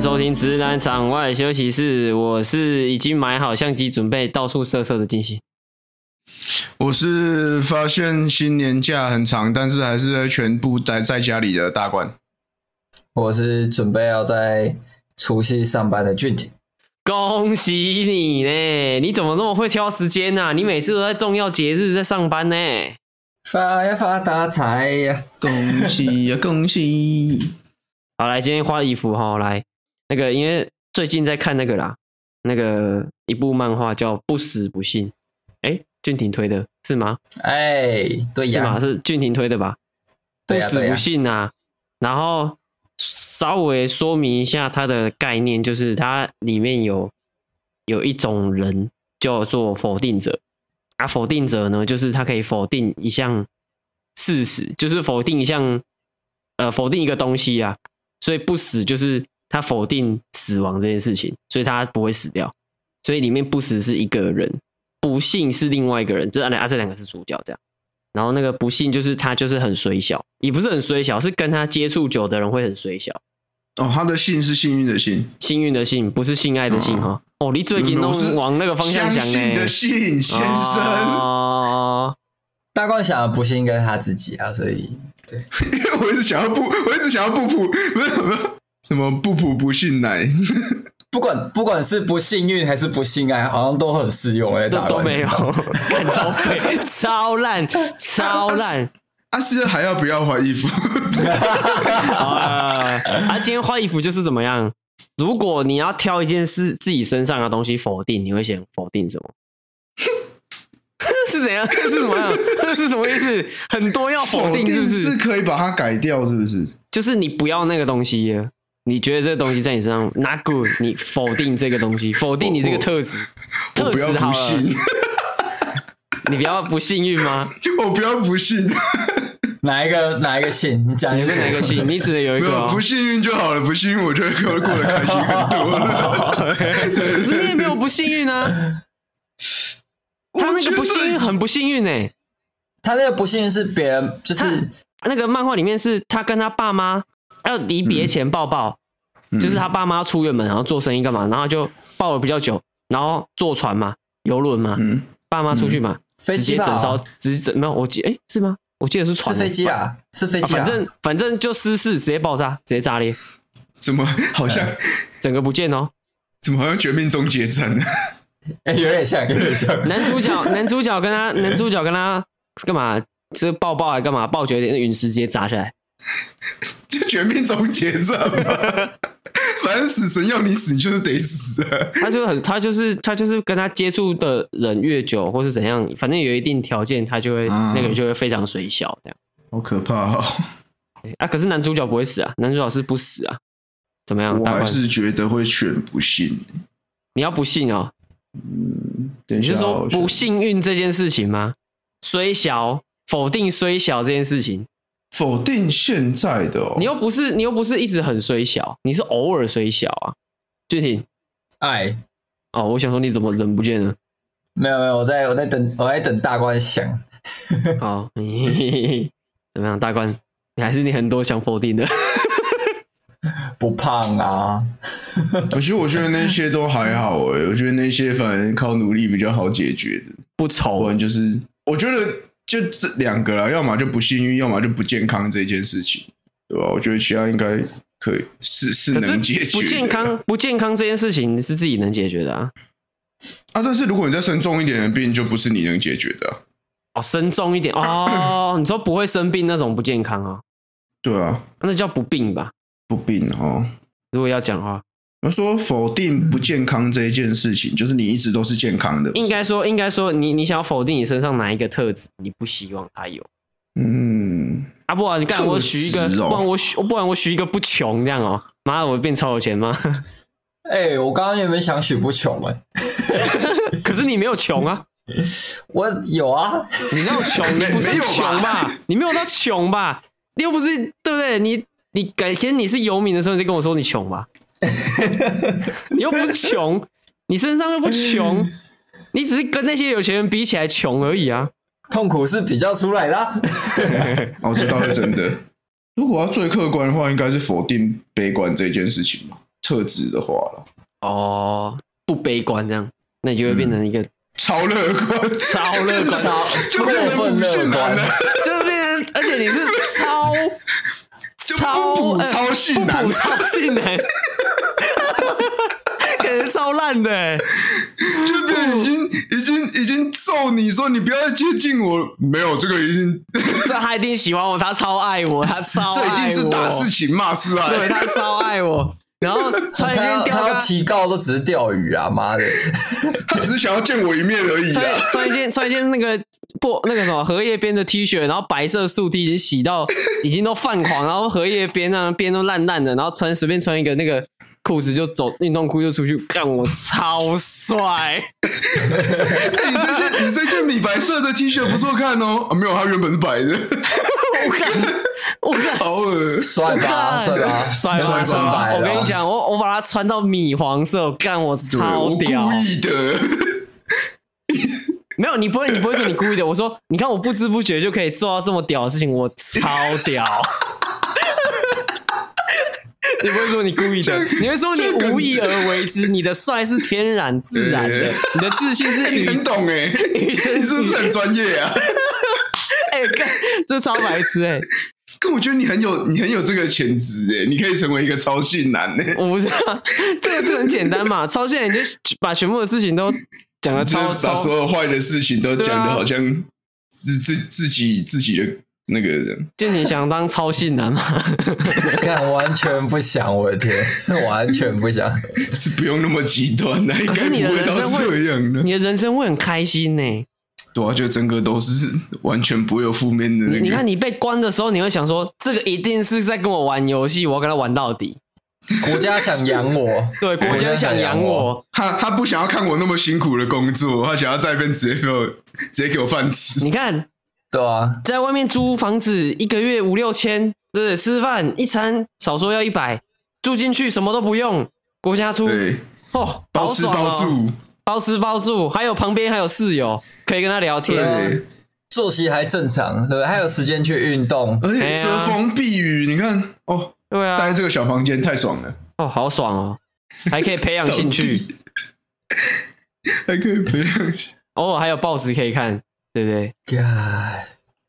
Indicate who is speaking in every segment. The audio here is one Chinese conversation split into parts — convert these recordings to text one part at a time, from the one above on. Speaker 1: 收听《直男场外休息室》，我是已经买好相机准备到处射射的进行。
Speaker 2: 我是发现新年假很长，但是还是会全部待在家里的大官。
Speaker 3: 我是准备要在除夕上班的俊杰。
Speaker 1: 恭喜你呢！你怎么那么会挑时间呐、啊？你每次都在重要节日在上班呢。
Speaker 3: 发呀发大财呀！
Speaker 2: 恭喜呀、恭喜！
Speaker 1: 好，来，今天换衣服哈，来，那个因为最近在看那个啦，那个一部漫画叫《不死不信》，哎，俊廷推的是吗？
Speaker 3: 哎，对
Speaker 1: 是
Speaker 3: 呀
Speaker 1: 吗？，是俊廷推的吧？
Speaker 3: 对
Speaker 1: 不
Speaker 3: 呀
Speaker 1: 死
Speaker 3: 对
Speaker 1: 不
Speaker 3: 呀
Speaker 1: 信啊。然后稍微说明一下它的概念，就是它里面有有一种人叫做否定者啊，否定者呢，就是他可以否定一项事实，就是否定一项呃否定一个东西啊。所以不死就是他否定死亡这件事情，所以他不会死掉。所以里面不死是一个人，不幸是另外一个人，这啊这两个是主角这样。然后那个不幸就是他就是很水小，也不是很水小，是跟他接触久的人会很水小。
Speaker 2: 哦，他的姓是幸运的幸，
Speaker 1: 幸运的幸不是性爱的性哈。哦，你最近都
Speaker 2: 我是
Speaker 1: 往那个方向想
Speaker 2: 相信
Speaker 1: 哎、
Speaker 2: 的信先生，
Speaker 1: 哦，
Speaker 3: 大冠想的不是应该是他自己啊，所以对，
Speaker 2: 我一直想要不，我一直想要不普，不是不是什么不普不信 奶，
Speaker 3: 不管不管是不幸运还是不性爱，好像都很适用哎、欸，
Speaker 1: 都
Speaker 3: 大
Speaker 1: 都
Speaker 3: 冠
Speaker 1: 没有，干超废超烂，超烂。
Speaker 2: 阿斯啊还要不要 换衣服？
Speaker 1: 啊，啊，今天换衣服就是怎么样？如果你要挑一件是自己身上的东西否定，你会选否定什么？是怎样？是怎么样？是什么意思？很多要否定，是
Speaker 2: 定
Speaker 1: 不是？
Speaker 2: 是可以把它改掉，是不是？
Speaker 1: 就是你不要那个东西了，你觉得这个东西在你身上 not good，你否定这个东西，否定你这个特质，
Speaker 2: 我
Speaker 1: 特
Speaker 2: 不要
Speaker 1: 质好
Speaker 2: 不
Speaker 1: 了，
Speaker 2: 信，
Speaker 1: 你不要不幸运吗？
Speaker 2: 我不要不信，
Speaker 3: 哪一个哪一个信？你讲一
Speaker 1: 你是哪个幸？你只能有一
Speaker 2: 没
Speaker 1: 个、
Speaker 2: 有
Speaker 1: 哦。
Speaker 2: 不幸运就好了，不幸运我就会过过得开心很多了。
Speaker 1: 可是你也没有不幸运啊。他那个不幸运很不幸运呢、欸
Speaker 3: 他那个不幸运是别人，就是
Speaker 1: 那个漫画里面是他跟他爸妈要离别前抱抱，
Speaker 2: 嗯
Speaker 1: 就是他爸妈要出远门，然后做生意干嘛，然后就抱了比较久，然后坐船嘛，游轮嘛，
Speaker 2: 嗯，
Speaker 1: 爸妈出去嘛，
Speaker 3: 飞
Speaker 1: 直接
Speaker 3: 机吧
Speaker 1: 整艘，直接整没有，我记哎、是吗？我记得是
Speaker 3: 是
Speaker 1: 船欸、
Speaker 3: 飞机啦，是飞
Speaker 1: 啊
Speaker 3: 机啦
Speaker 1: 反，正反正就失事，直接爆炸，直接炸裂，
Speaker 2: 怎么好像
Speaker 1: 哎整个不见 哦。
Speaker 2: 怎么好像绝命终结战呢？
Speaker 3: 哎、有点像，有点像。
Speaker 1: 男主角男主角跟他男主角跟他干嘛？这抱抱还干嘛？抱久一点，那陨石直接砸下来。
Speaker 2: 就绝命终结战嘛。 反正死神要你死，你就是得死啊！
Speaker 1: 他就很，他就是他就是跟他接触的人越久，或是怎样，反正有一定条件，他就会、
Speaker 2: 啊
Speaker 1: 那个就会非常水小这样。
Speaker 2: 好可怕哦！
Speaker 1: 啊，可是男主角不会死啊，男主角是不死啊，怎么样？
Speaker 2: 我
Speaker 1: 大
Speaker 2: 还
Speaker 1: 官，
Speaker 2: 是觉得会选不信。
Speaker 1: 你要不信哦，
Speaker 2: 等一
Speaker 1: 你
Speaker 2: 下
Speaker 1: 是
Speaker 2: 哦
Speaker 1: 说
Speaker 2: 我
Speaker 1: 不
Speaker 2: 选
Speaker 1: 幸运这件事情吗？虽小，否定虽小这件事情，
Speaker 2: 否定现在的、哦？
Speaker 1: 你又不是你又不是一直很虽小，你是偶尔虽小啊。俊廷，
Speaker 3: 哎，
Speaker 1: 哦，我想说你怎么人不见了？
Speaker 3: 没有没有，我在我在等我在等大冠想。
Speaker 1: 好，怎么样，大官？你还是你很多想否定的。
Speaker 3: 不胖啊，
Speaker 2: 其实我觉得那些都还好哎、我觉得那些反正靠努力比较好解决的，
Speaker 1: 不
Speaker 2: 不
Speaker 1: 丑
Speaker 2: 然就是我觉得就这两个啦，要么就不幸运，要么就不健康这件事情，对吧？我觉得其他应该可以是是
Speaker 1: 可
Speaker 2: 能解
Speaker 1: 是
Speaker 2: 决的
Speaker 1: 不健康，不健康这件事情是自己能解决的啊。
Speaker 2: 啊，但是如果你再生重一点的病，就不是你能解决的啊、
Speaker 1: 哦，生重一点哦，你说不会生病那种不健康啊、哦，
Speaker 2: 对啊，
Speaker 1: 那叫不病吧？
Speaker 2: 不病哦。
Speaker 1: 如果要讲的话，
Speaker 2: 我说否定不健康这一件事情，就是你一直都是健康的。
Speaker 1: 应该说，应该说你，你想要否定你身上哪一个特质，你不希望它有
Speaker 2: 嗯，
Speaker 1: 啊？不然你干
Speaker 2: 特质
Speaker 1: 我许一个，
Speaker 2: 哦
Speaker 1: 不然我许，不然我许一个不穷这样哦。妈的，我变超有钱吗？
Speaker 3: 哎、我刚刚原本想许不穷哎、
Speaker 1: 可是你没有穷 啊，
Speaker 3: 我有啊，
Speaker 1: 你那么穷， 你不是
Speaker 2: 没有
Speaker 1: 穷
Speaker 2: 吧
Speaker 1: 吧？你没有到穷吧？你又不是对不对？你你改天你是游民的时候，你就跟我说你穷 吧。你又不是穷，你身上又不 穷，你只是跟那些有钱人比起来穷而已啊。
Speaker 3: 痛苦是比较出来的啊、
Speaker 2: 哦，这倒是真的。如果要最客观的话，应该是否定悲观这件事情吧。特质的话了，
Speaker 1: 哦，不悲观这样，那你就会变成一个
Speaker 2: 超乐观，
Speaker 1: 超乐
Speaker 2: 嗯
Speaker 1: 观，
Speaker 3: 超
Speaker 2: 就变
Speaker 3: 过
Speaker 2: 成
Speaker 3: 分
Speaker 2: 鲁
Speaker 3: 乐
Speaker 1: 啊
Speaker 2: 迅男啊
Speaker 3: 观
Speaker 2: 了，，
Speaker 1: 就是变成，而且你是超
Speaker 2: 就
Speaker 1: 超
Speaker 2: 不补
Speaker 1: 呃
Speaker 2: 超系男
Speaker 1: 不补超性 男，感觉超烂的欸，
Speaker 2: 就变成已经已经已经揍你说你不要再接近我，没有这个已经
Speaker 1: 这他一定喜欢我，他超爱我，他超
Speaker 2: 这一定
Speaker 1: 爱
Speaker 2: 是
Speaker 1: 我
Speaker 2: 大事情嘛，是啊，
Speaker 1: 对他超爱我。然后穿一
Speaker 3: 他
Speaker 1: 件
Speaker 3: 要
Speaker 1: 吊
Speaker 3: 他要
Speaker 1: 嘎，
Speaker 3: 提告都只是钓鱼啊，妈的！
Speaker 2: 他只是想要见我一面而已
Speaker 1: 穿
Speaker 2: 啊。
Speaker 1: 穿一件穿一件那个破那个什么荷叶边的 T 恤，然后白色素 T 已经洗到已经都泛黄，然后荷叶边啊边都烂烂的，然后穿随便穿一个那个裤子就走运动裤就出去，干我超 帅，
Speaker 2: 哎，你这件你这件米白色的 T 恤不错看哦，啊，没有，它原本是白的，
Speaker 1: 我干我干
Speaker 2: 好恶
Speaker 3: 帅吧，
Speaker 1: 干
Speaker 3: 帅吧，
Speaker 1: 帅吧
Speaker 3: 纯纯白
Speaker 1: 我
Speaker 3: 的
Speaker 1: 跟你
Speaker 3: 啊。
Speaker 1: 讲，我我把它穿到米黄色，干我
Speaker 2: 对我
Speaker 1: 超
Speaker 2: 故
Speaker 1: 屌。
Speaker 2: 意的，
Speaker 1: 没有，你不会，你不会说你故意的。我说，你看我不知不觉就可以做到这么屌的事情，我超屌。 你不会说你故意的，你会说
Speaker 2: 这个
Speaker 1: 你无意而为之。你的帅是天然自然的
Speaker 2: 对，
Speaker 1: 你的自信是
Speaker 2: 你
Speaker 1: 与
Speaker 2: 很懂哎，
Speaker 1: 与生
Speaker 2: 你是不
Speaker 1: 俱
Speaker 2: 是很
Speaker 1: 来。
Speaker 2: 专业啊？
Speaker 1: 哎，干这超白痴哎！
Speaker 2: 但我觉得你很有你很有这个潜质哎，你可以成为一个超性男哎。
Speaker 1: 我不知道， 这个这个很简单嘛，超现在你就把全部的事情都讲的
Speaker 2: 你真
Speaker 1: 啊超
Speaker 2: 的把
Speaker 1: 超
Speaker 2: 所有坏的事情都讲
Speaker 1: 对
Speaker 2: 的
Speaker 1: 啊
Speaker 2: 好像自自自己自己的那个人，
Speaker 1: 就你想当超性男嘛？
Speaker 3: 看，完全不想，我的天， 完全不想。
Speaker 2: 是不用那么极端的，应
Speaker 1: 可
Speaker 2: 该
Speaker 1: 是你的
Speaker 2: 不会
Speaker 1: 人
Speaker 2: 到
Speaker 1: 生会
Speaker 2: 这样的。
Speaker 1: 你的人生会很开心呢、
Speaker 2: 对啊，就整个都是完全不会有负面的那
Speaker 1: 你
Speaker 2: 个。
Speaker 1: 你看，你被关的时候，你会想说，这个一定是在跟我玩游戏，我要跟他玩到底。
Speaker 3: 国家想养我，
Speaker 1: 对，国家想养我，
Speaker 2: 他他不想要看我那么辛苦的工作，他想要在一边直接给我直接给我饭吃。
Speaker 1: 你看，
Speaker 3: 对啊，
Speaker 1: 在外面租房子，一个月五六千，对不对？吃饭一餐少说要一百，住进去什么都不用，国家出
Speaker 2: 对，
Speaker 1: 哦，
Speaker 2: 包
Speaker 1: 好
Speaker 2: 吃
Speaker 1: 爽
Speaker 2: 包
Speaker 1: 哦，
Speaker 2: 住，
Speaker 1: 包吃包住，还有旁边还有室友可以跟他聊天，啊
Speaker 2: 对，
Speaker 3: 作息还正常，对不对？还有时间去运动，
Speaker 2: 而
Speaker 1: 哎
Speaker 2: 且
Speaker 1: 呀
Speaker 2: 遮风避雨，你看哦，
Speaker 1: 对
Speaker 2: 待在
Speaker 1: 啊，
Speaker 2: 这个小房间太爽了，
Speaker 1: 哦，好爽哦，还可以培养兴 趣，
Speaker 2: 还可以培养。
Speaker 1: 偶尔哦还有报纸可以看，对不对？
Speaker 3: God，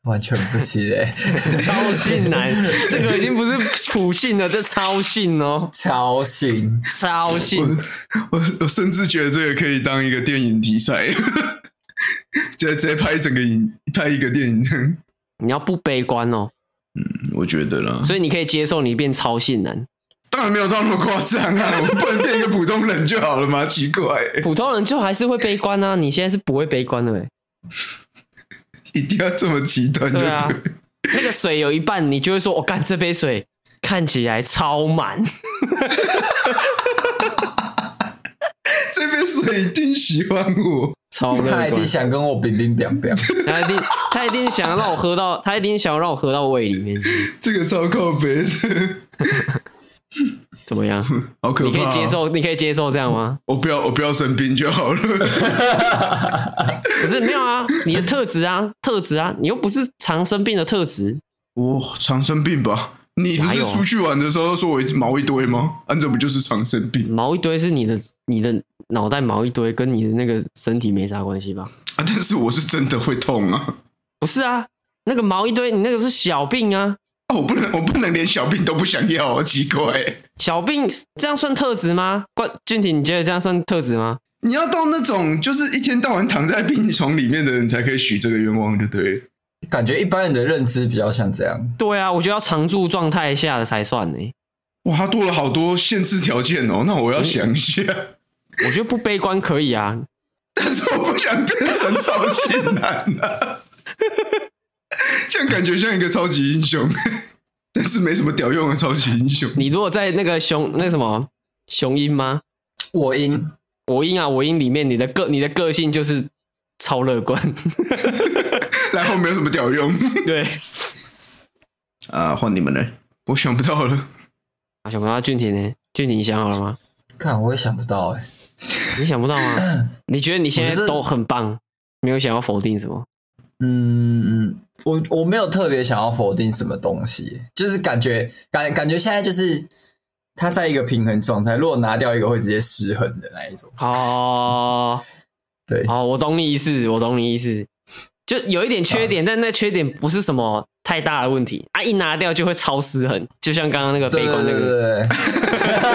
Speaker 3: 完全不行哎、
Speaker 1: 超性男，这个已经不是普性了，这超性哦，
Speaker 3: 超性，
Speaker 1: 超性。
Speaker 2: 我我甚至觉得这个可以当一个电影题材， 直接直接拍整个影，拍一个电影这样。
Speaker 1: 你要不悲观哦，
Speaker 2: 我觉得啦，
Speaker 1: 所以你可以接受你变超性男。
Speaker 2: 当然没有到那么夸张 啊，我不能变一个普通人就好了吗？奇怪、
Speaker 1: 普通人就还是会悲观啊，你现在是不会悲观的、欸。
Speaker 2: 一定要这么极端就对。
Speaker 1: 对啊那个水有一半，你就会说：“我、干这杯水看起来超满。
Speaker 2: 这杯水一定喜欢我，”
Speaker 1: 超乐
Speaker 3: 他一定
Speaker 1: 观，
Speaker 3: 想跟我冰冰凉凉。
Speaker 1: 他一定，他一定想让我喝到，他一定想让我喝到胃里面，
Speaker 2: 这个超靠北的，
Speaker 1: 怎么样？
Speaker 2: 好可
Speaker 1: 你可啊
Speaker 2: 怕、啊
Speaker 1: 以接，受，你可以接受这样吗？
Speaker 2: 我不要，我不要生病就好了。
Speaker 1: 可是没有啊，你的特质啊，特质啊，你又不是常生病的特质，
Speaker 2: 我常生病吧？你不
Speaker 1: 哪
Speaker 2: 是
Speaker 1: 有
Speaker 2: 出去玩的时候说我毛一堆吗？啊，这不就是常生病
Speaker 1: 毛一堆是你的你的脑袋毛一堆，跟你的那个身体没啥关系吧？
Speaker 2: 啊？但是我是真的会痛啊！
Speaker 1: 不是啊，那个毛一堆，你那个是小病啊，
Speaker 2: 啊，我不能，我不能连小病都不想要啊！奇怪、
Speaker 1: 小病这样算特质吗？冠俊廷，你觉得这样算特质吗？
Speaker 2: 你要到那种就是一天到晚躺在病床里面的人才可以许这个愿望，就对了。
Speaker 3: 感觉一般人的认知比较像这样，
Speaker 1: 对啊，我觉得要常驻状态下的才算呢、
Speaker 2: 哇，他多了好多限制条件哦，那我要想一下。
Speaker 1: 我觉得不悲观可以啊，
Speaker 2: 但是我不想变成超级男啊，这样感觉像一个超级英雄，但是没什么屌用的超级英雄。
Speaker 1: 你如果在那个雄那个什么雄鹰吗？
Speaker 3: 我因
Speaker 1: 我鹰啊，我鹰里面你的个你的个性就是超乐观，
Speaker 2: 然后没有什么屌用
Speaker 1: 对。
Speaker 2: 啊，换你们了，我想不到了。
Speaker 1: 啊，想不到俊廷呢、俊廷你想好了吗？
Speaker 3: 看我也想不到哎、
Speaker 1: 你想不到吗？你觉得你现
Speaker 3: 我
Speaker 1: 在
Speaker 3: 觉得
Speaker 1: 都很棒，没有想要否定什么？
Speaker 3: 嗯嗯，我我没有特别想要否定什么东西，就是感觉感感觉现在就是它在一个平衡状态，如果拿掉一个会直接失衡的那一种。
Speaker 1: 哦，
Speaker 3: 对，
Speaker 1: 哦，我懂你意思，我懂你意思，就有一点缺点，但那缺点不是什么太大的问题啊，一拿掉就会超失衡，就像刚刚那个
Speaker 3: 对
Speaker 1: 悲
Speaker 3: 对
Speaker 1: 观那
Speaker 3: 对对
Speaker 1: 个，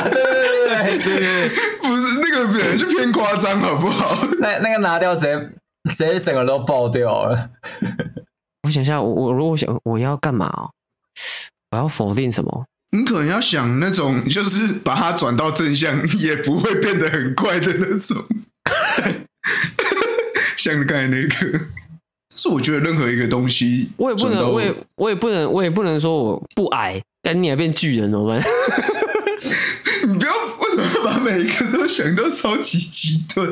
Speaker 3: 对，对对对对，
Speaker 2: 不是那个本来就偏夸张，好不好？
Speaker 3: 那那个拿掉直接直接整个都爆掉了。
Speaker 1: 我想一下，我我如果想我要干嘛、哦？我要否定什么？
Speaker 2: 你可能要想那种，就是把它转到正向，也不会变得很快的那种。 像刚才那个，是我觉得任何一个东西，
Speaker 1: 我也不能，我也我也不能，我也不能说我不矮，但你还变巨人怎么办？
Speaker 2: 你不要为什么要把每一个都想到超级极端？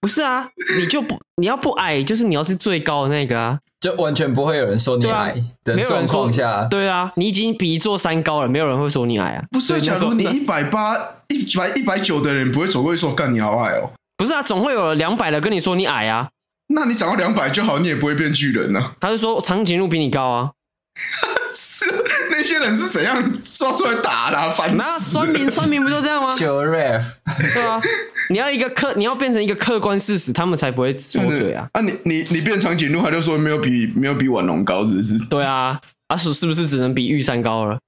Speaker 1: 不是啊，你就不你要不矮，就是你要是最高的那个啊。
Speaker 3: 就完全不会有人说你
Speaker 1: 对啊
Speaker 3: 矮的
Speaker 1: 没有
Speaker 3: 状
Speaker 1: 人说
Speaker 3: 况下，
Speaker 1: 对啊，你已经比一座山高了，没有人会说你矮啊。
Speaker 2: 不是，
Speaker 1: 所以
Speaker 2: 假
Speaker 1: 那时
Speaker 2: 如
Speaker 1: 候
Speaker 2: 你
Speaker 1: 那
Speaker 2: 一百八、一百一百九的人，不会走过去说“干你好矮哦
Speaker 1: 不是啊，总会有两百的跟你说你矮啊，”，
Speaker 2: 那你长到两百就好，你也不会变巨人啊呢、
Speaker 1: 他就说长颈鹿比你高啊。
Speaker 2: 是 那些人是怎样抓出来打啦、烦死了！
Speaker 1: 那酸民酸民不就这样吗？
Speaker 3: 就 ref
Speaker 1: 对啊，你要一个客，你要变成一个客观事实，他们才不会说嘴 啊。
Speaker 2: 啊，你你你变长颈鹿，他就说没有比没有比婉容高，是不 是？
Speaker 1: 对啊，啊是是不是只能比玉山高了？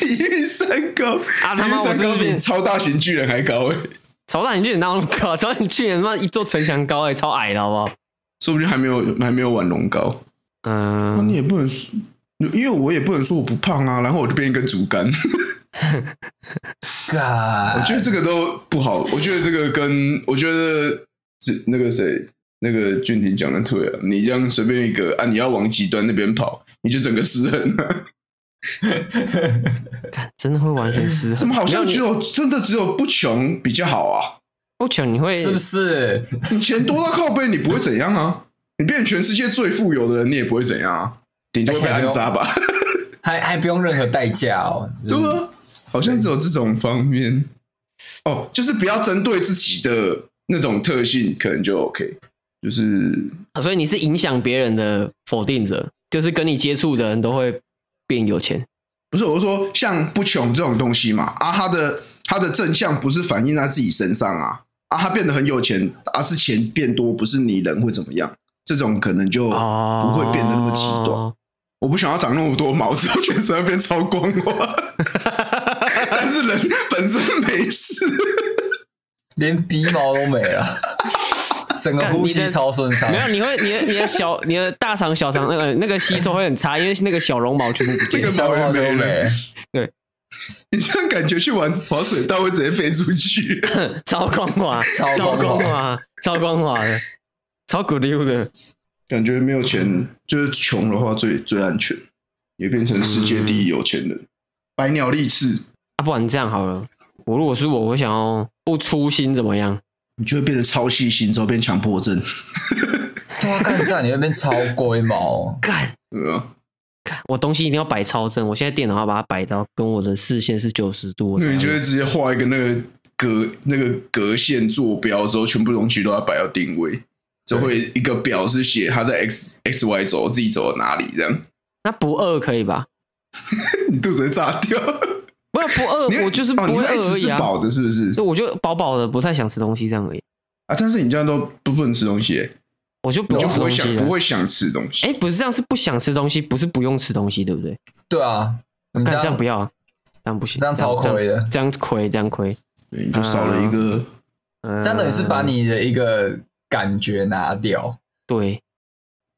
Speaker 2: 比玉山高
Speaker 1: 啊他妈
Speaker 2: 比玉山高
Speaker 1: 我是不是
Speaker 2: 比超大型巨人还高哎、
Speaker 1: 朝大你巨人哪有那么高？ 朝大你巨人他妈一座城墙高哎、超矮的好不好？
Speaker 2: 说不定还没有还没有婉容高。那、
Speaker 1: 嗯，
Speaker 2: 你也不能说，因为我也不能说我不胖啊，然后我就变一根竹竿。 我觉
Speaker 3: god，
Speaker 2: 得这个都不好，我觉得这个跟我觉得这那个谁。那个俊廷讲的对啊，你这样随便一个啊，你要往极端那边跑，你就整个失衡啊了。
Speaker 1: 干真的会完全 失衡。
Speaker 2: 怎么好像
Speaker 1: 没
Speaker 2: 只
Speaker 1: 有你
Speaker 2: 有真的只有不穷比较好啊？
Speaker 1: 不穷？你会
Speaker 3: 是不是？
Speaker 2: 你钱多到靠背，你不会怎样啊？你变成全世界最富有的人，你也不会怎样啊？顶多被暗杀吧？
Speaker 3: 还还不用任何代价哦？
Speaker 2: 对啊，
Speaker 1: 嗯
Speaker 2: 好像只有这种方面。哦，就是不要针对自己的那种特性，可能就 OK。就是
Speaker 1: 啊所以你是影响别人的否定者，就是跟你接触的人都会变有钱。
Speaker 2: 不是我是说，像不穷这种东西嘛，啊，他的他的正向不是反映在自己身上啊，啊，他变得很有钱，而、是钱变多，不是你人会怎么样，这种可能就
Speaker 1: 哦
Speaker 2: 不会变得那么极端。我不想要长那么多毛，之 后全身变超光滑，但是人本身没事。
Speaker 3: 连鼻毛都没 了，整个
Speaker 1: 干
Speaker 3: 呼
Speaker 1: 你
Speaker 3: 吸
Speaker 1: 的
Speaker 3: 超顺畅
Speaker 1: 没。有，你会你的你的小你的大肠小肠那个那个吸收会很差，因为那个小绒毛全部不见
Speaker 2: 那。个
Speaker 3: 小
Speaker 2: 毛也
Speaker 3: 毛都
Speaker 2: 没了
Speaker 3: 没，
Speaker 2: 你这样感觉去玩滑水道会直接飞出去。
Speaker 1: 超光滑，
Speaker 3: 超
Speaker 1: 超光
Speaker 3: 光滑
Speaker 1: 滑，超光滑的，超骨溜的。
Speaker 2: 感觉没有钱就是穷的话最最安全，也变成世界第一有钱人，百鸟立翅，
Speaker 1: 啊，不然这样好了，我如果是我，我想要不粗心怎么样？
Speaker 2: 你就会变得超细心，之后变强迫症，
Speaker 3: 对啊，干这样你会变超龟毛。
Speaker 1: 干，
Speaker 2: 对啊吧？
Speaker 1: 我东西一定要摆超正，我现在电脑要把它摆到跟我的视线是九十度。我才
Speaker 2: 那你就
Speaker 1: 会
Speaker 2: 会直接画一个那个格那个格线坐标，之后全部东西都要摆到定位，就会一个表是写他在 x x y 轴，自己走到哪里这样，
Speaker 1: 那不饿可以吧？
Speaker 2: 你肚子会炸掉。
Speaker 1: 不不
Speaker 2: 你
Speaker 1: 呃
Speaker 2: 会
Speaker 1: 饿，我就是不
Speaker 2: 哦、你
Speaker 1: 会
Speaker 2: 会一
Speaker 1: 饿而
Speaker 2: 直
Speaker 1: 已
Speaker 2: 吃
Speaker 1: 啊。
Speaker 2: 饱的，是不是？
Speaker 1: 所以我就饱饱的，不太想吃东西这样而已。
Speaker 2: 啊，但是你这样都都不能吃东西耶，
Speaker 1: 我就不
Speaker 2: 你就
Speaker 1: 用吃
Speaker 2: 不会
Speaker 1: 东西啊
Speaker 2: 想不
Speaker 1: 了。
Speaker 2: 会想吃东西。
Speaker 1: 哎、不是这样，是不想吃东西，不是不用吃东西，对不对？
Speaker 3: 对啊，你
Speaker 1: 但
Speaker 3: 这
Speaker 1: 这样
Speaker 3: 样
Speaker 1: 不要啊，这样不行，
Speaker 3: 这样超亏的
Speaker 1: 这样亏，这样亏。
Speaker 2: 对你就少了一个，
Speaker 1: 嗯
Speaker 3: 这样等于是把你的一个感觉拿掉。
Speaker 1: 对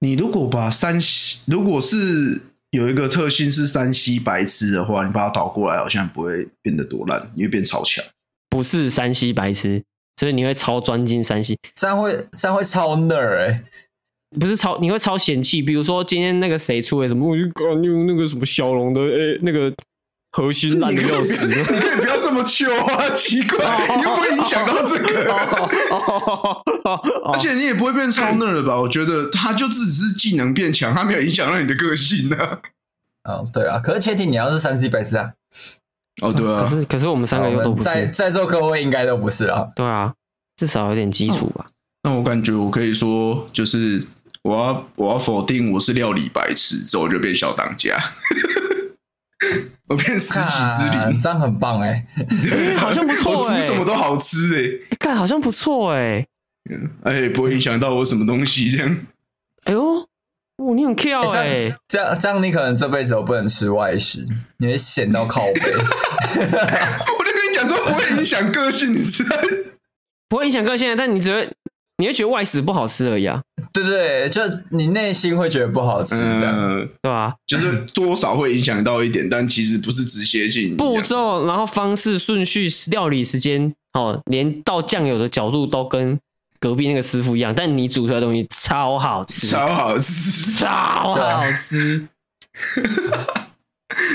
Speaker 2: 你如果把山西，如果是有一个特性是山西白痴的话，你把它倒过来，好像不会变得多烂，你会变超强。
Speaker 1: 不是山西白痴，所以你会超专精山西，
Speaker 3: 这样会这样会超那儿哎，
Speaker 1: 不是超你会超嫌弃。比如说今天那个谁出了什么，我就感用那个什么小龙的，哎、那个核心烂的 要死。
Speaker 2: 你可以不要这么糗啊，奇怪，你又不会影响到这个，
Speaker 1: 哦
Speaker 2: 而
Speaker 1: 哦
Speaker 2: 且你也不会变超嫩了吧？我觉得他就只是技能变强，他没有影响到你的个性啊。
Speaker 3: 哦对啊，可是前提你要是三 C 白痴啊，
Speaker 2: 哦，对
Speaker 1: 可
Speaker 2: 啊，
Speaker 1: 是可是我们三个
Speaker 3: 我
Speaker 1: 又都
Speaker 3: 们
Speaker 1: 不
Speaker 3: 在
Speaker 1: 是，
Speaker 3: 在座各位应该都不是啊。
Speaker 1: 对啊，至少有点基础吧。
Speaker 3: 哦
Speaker 2: 那我感觉我可以说，就是我要我要否定我是料理白痴，之后我就变小当家。 我变十己之
Speaker 3: 看
Speaker 2: 灵，
Speaker 3: 这样很棒哎、
Speaker 1: 好像不错
Speaker 2: 我煮
Speaker 1: 欸
Speaker 2: 什么都好吃
Speaker 1: 哎干、好像不错哎、
Speaker 2: 哎、哎，不会影响到我什么东西这样。
Speaker 1: 哎呦，哦，你很 Q 哎、
Speaker 3: 欸这样这样这样，你可能这辈子都不能吃外食，你会咸到靠背。
Speaker 2: 我就跟你讲说不会影响个性，你知道？
Speaker 1: 不会影响个性啊，但你只会你会觉得外食不好吃而已啊，
Speaker 3: 对对，对就你内心会觉得不好吃这样。
Speaker 2: 嗯，
Speaker 1: 对吧、
Speaker 2: 就是多少会影响到一点，但其实不是直接性
Speaker 1: 步骤，然后方式、顺序、料理时间，哦，连倒酱油的角度都跟隔壁那个师傅一样，但你煮出来的东西超好吃，
Speaker 2: 超啊好吃。
Speaker 1: 超好吃。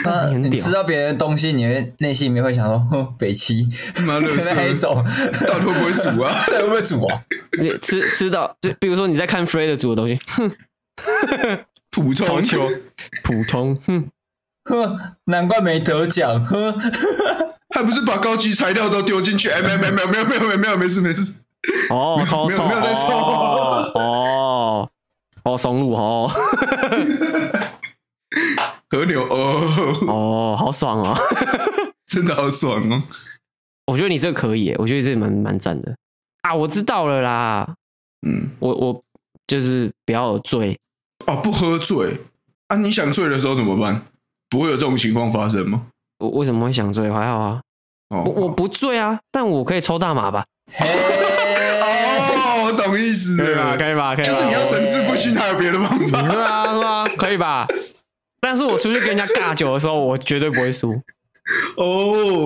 Speaker 3: 那
Speaker 1: 很
Speaker 3: 你
Speaker 1: 屌
Speaker 3: 吃到别人的东西，你会内心里面会想说，哼，北七，
Speaker 2: 妈 乐色
Speaker 3: 那一种，
Speaker 2: 到底会不会煮啊？
Speaker 3: 对，会不会煮啊？
Speaker 1: 你吃吃到，就比如说你在看 Fred 煮的东西，哼，
Speaker 2: 普
Speaker 1: 超
Speaker 2: 通
Speaker 1: 球普通，哼，
Speaker 3: 哼，难怪没得奖。哼，
Speaker 2: 还不是把高级材料都丢进去？哎，没有没有没有没有没有没有没有没事没事。
Speaker 1: 哦，偷臭，
Speaker 2: 没有没有在臭
Speaker 1: 哦，哦，哦，松露，哦，
Speaker 2: 和牛哦，
Speaker 1: 哦，好爽哦！
Speaker 2: 真的好爽哦！
Speaker 1: 我觉得你这个可以耶，我觉得这蛮蛮赞的啊！我知道了啦，
Speaker 2: 嗯，
Speaker 1: 我我就是不要有醉，
Speaker 2: 哦，不喝醉啊？你想醉的时候怎么办？不会有这种情况发生吗？
Speaker 1: 我为什么会想醉？还好啊，
Speaker 2: 哦，
Speaker 1: 我我不醉啊，但我可以抽大麻吧？
Speaker 3: 嘿，
Speaker 2: 哦，我懂意思了，
Speaker 1: 以吧？可以
Speaker 2: 就是 你要神志不清，还有别的方法。
Speaker 1: 对啊，对啊，可以吧？ 但是我出去跟人家尬酒的时候，我绝对不会输，
Speaker 2: 哦，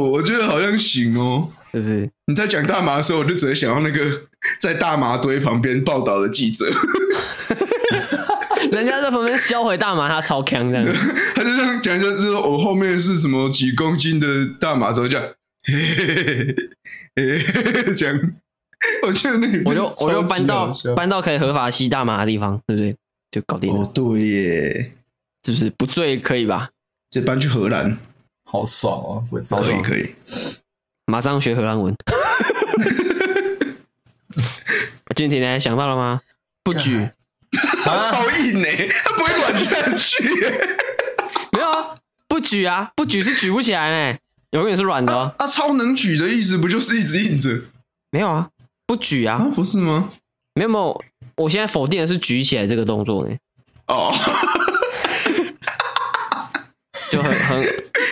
Speaker 2: 我觉得好像行哦。
Speaker 1: 是不是？
Speaker 2: 你在讲大麻的时候，我就只能想到那个 在大麻堆旁边报道的记者，
Speaker 1: 人家在旁边销毁大麻，他超强这样。
Speaker 2: 他就这样讲一下，就说我后面是什么几公斤的大麻，之后就 这样嘿嘿嘿嘿嘿嘿这样。我记得那个，
Speaker 1: 我就我就搬到
Speaker 2: 超级好笑
Speaker 1: 搬到可以合法吸大麻的地方，对不对？就搞定了，
Speaker 2: 哦，对耶，
Speaker 1: 是不是？不醉可以吧？
Speaker 2: 这搬去荷兰，
Speaker 3: 好爽哦！我知道，
Speaker 2: 可以可以，
Speaker 1: 马上学荷兰 文。俊廷呢？想到了吗？不举，
Speaker 3: 啊
Speaker 2: 超硬呢，他不会管下去耶。
Speaker 1: 没有啊，不举啊，不举是举不起来呢，永远是软的、哦。
Speaker 2: 啊，超能举的意思不就是一直硬着
Speaker 1: 没有啊，不举啊
Speaker 2: 啊，，不是吗？
Speaker 1: 没有没有，我现在否定的是举起来这个动作呢，
Speaker 2: 哦，
Speaker 1: 就很 很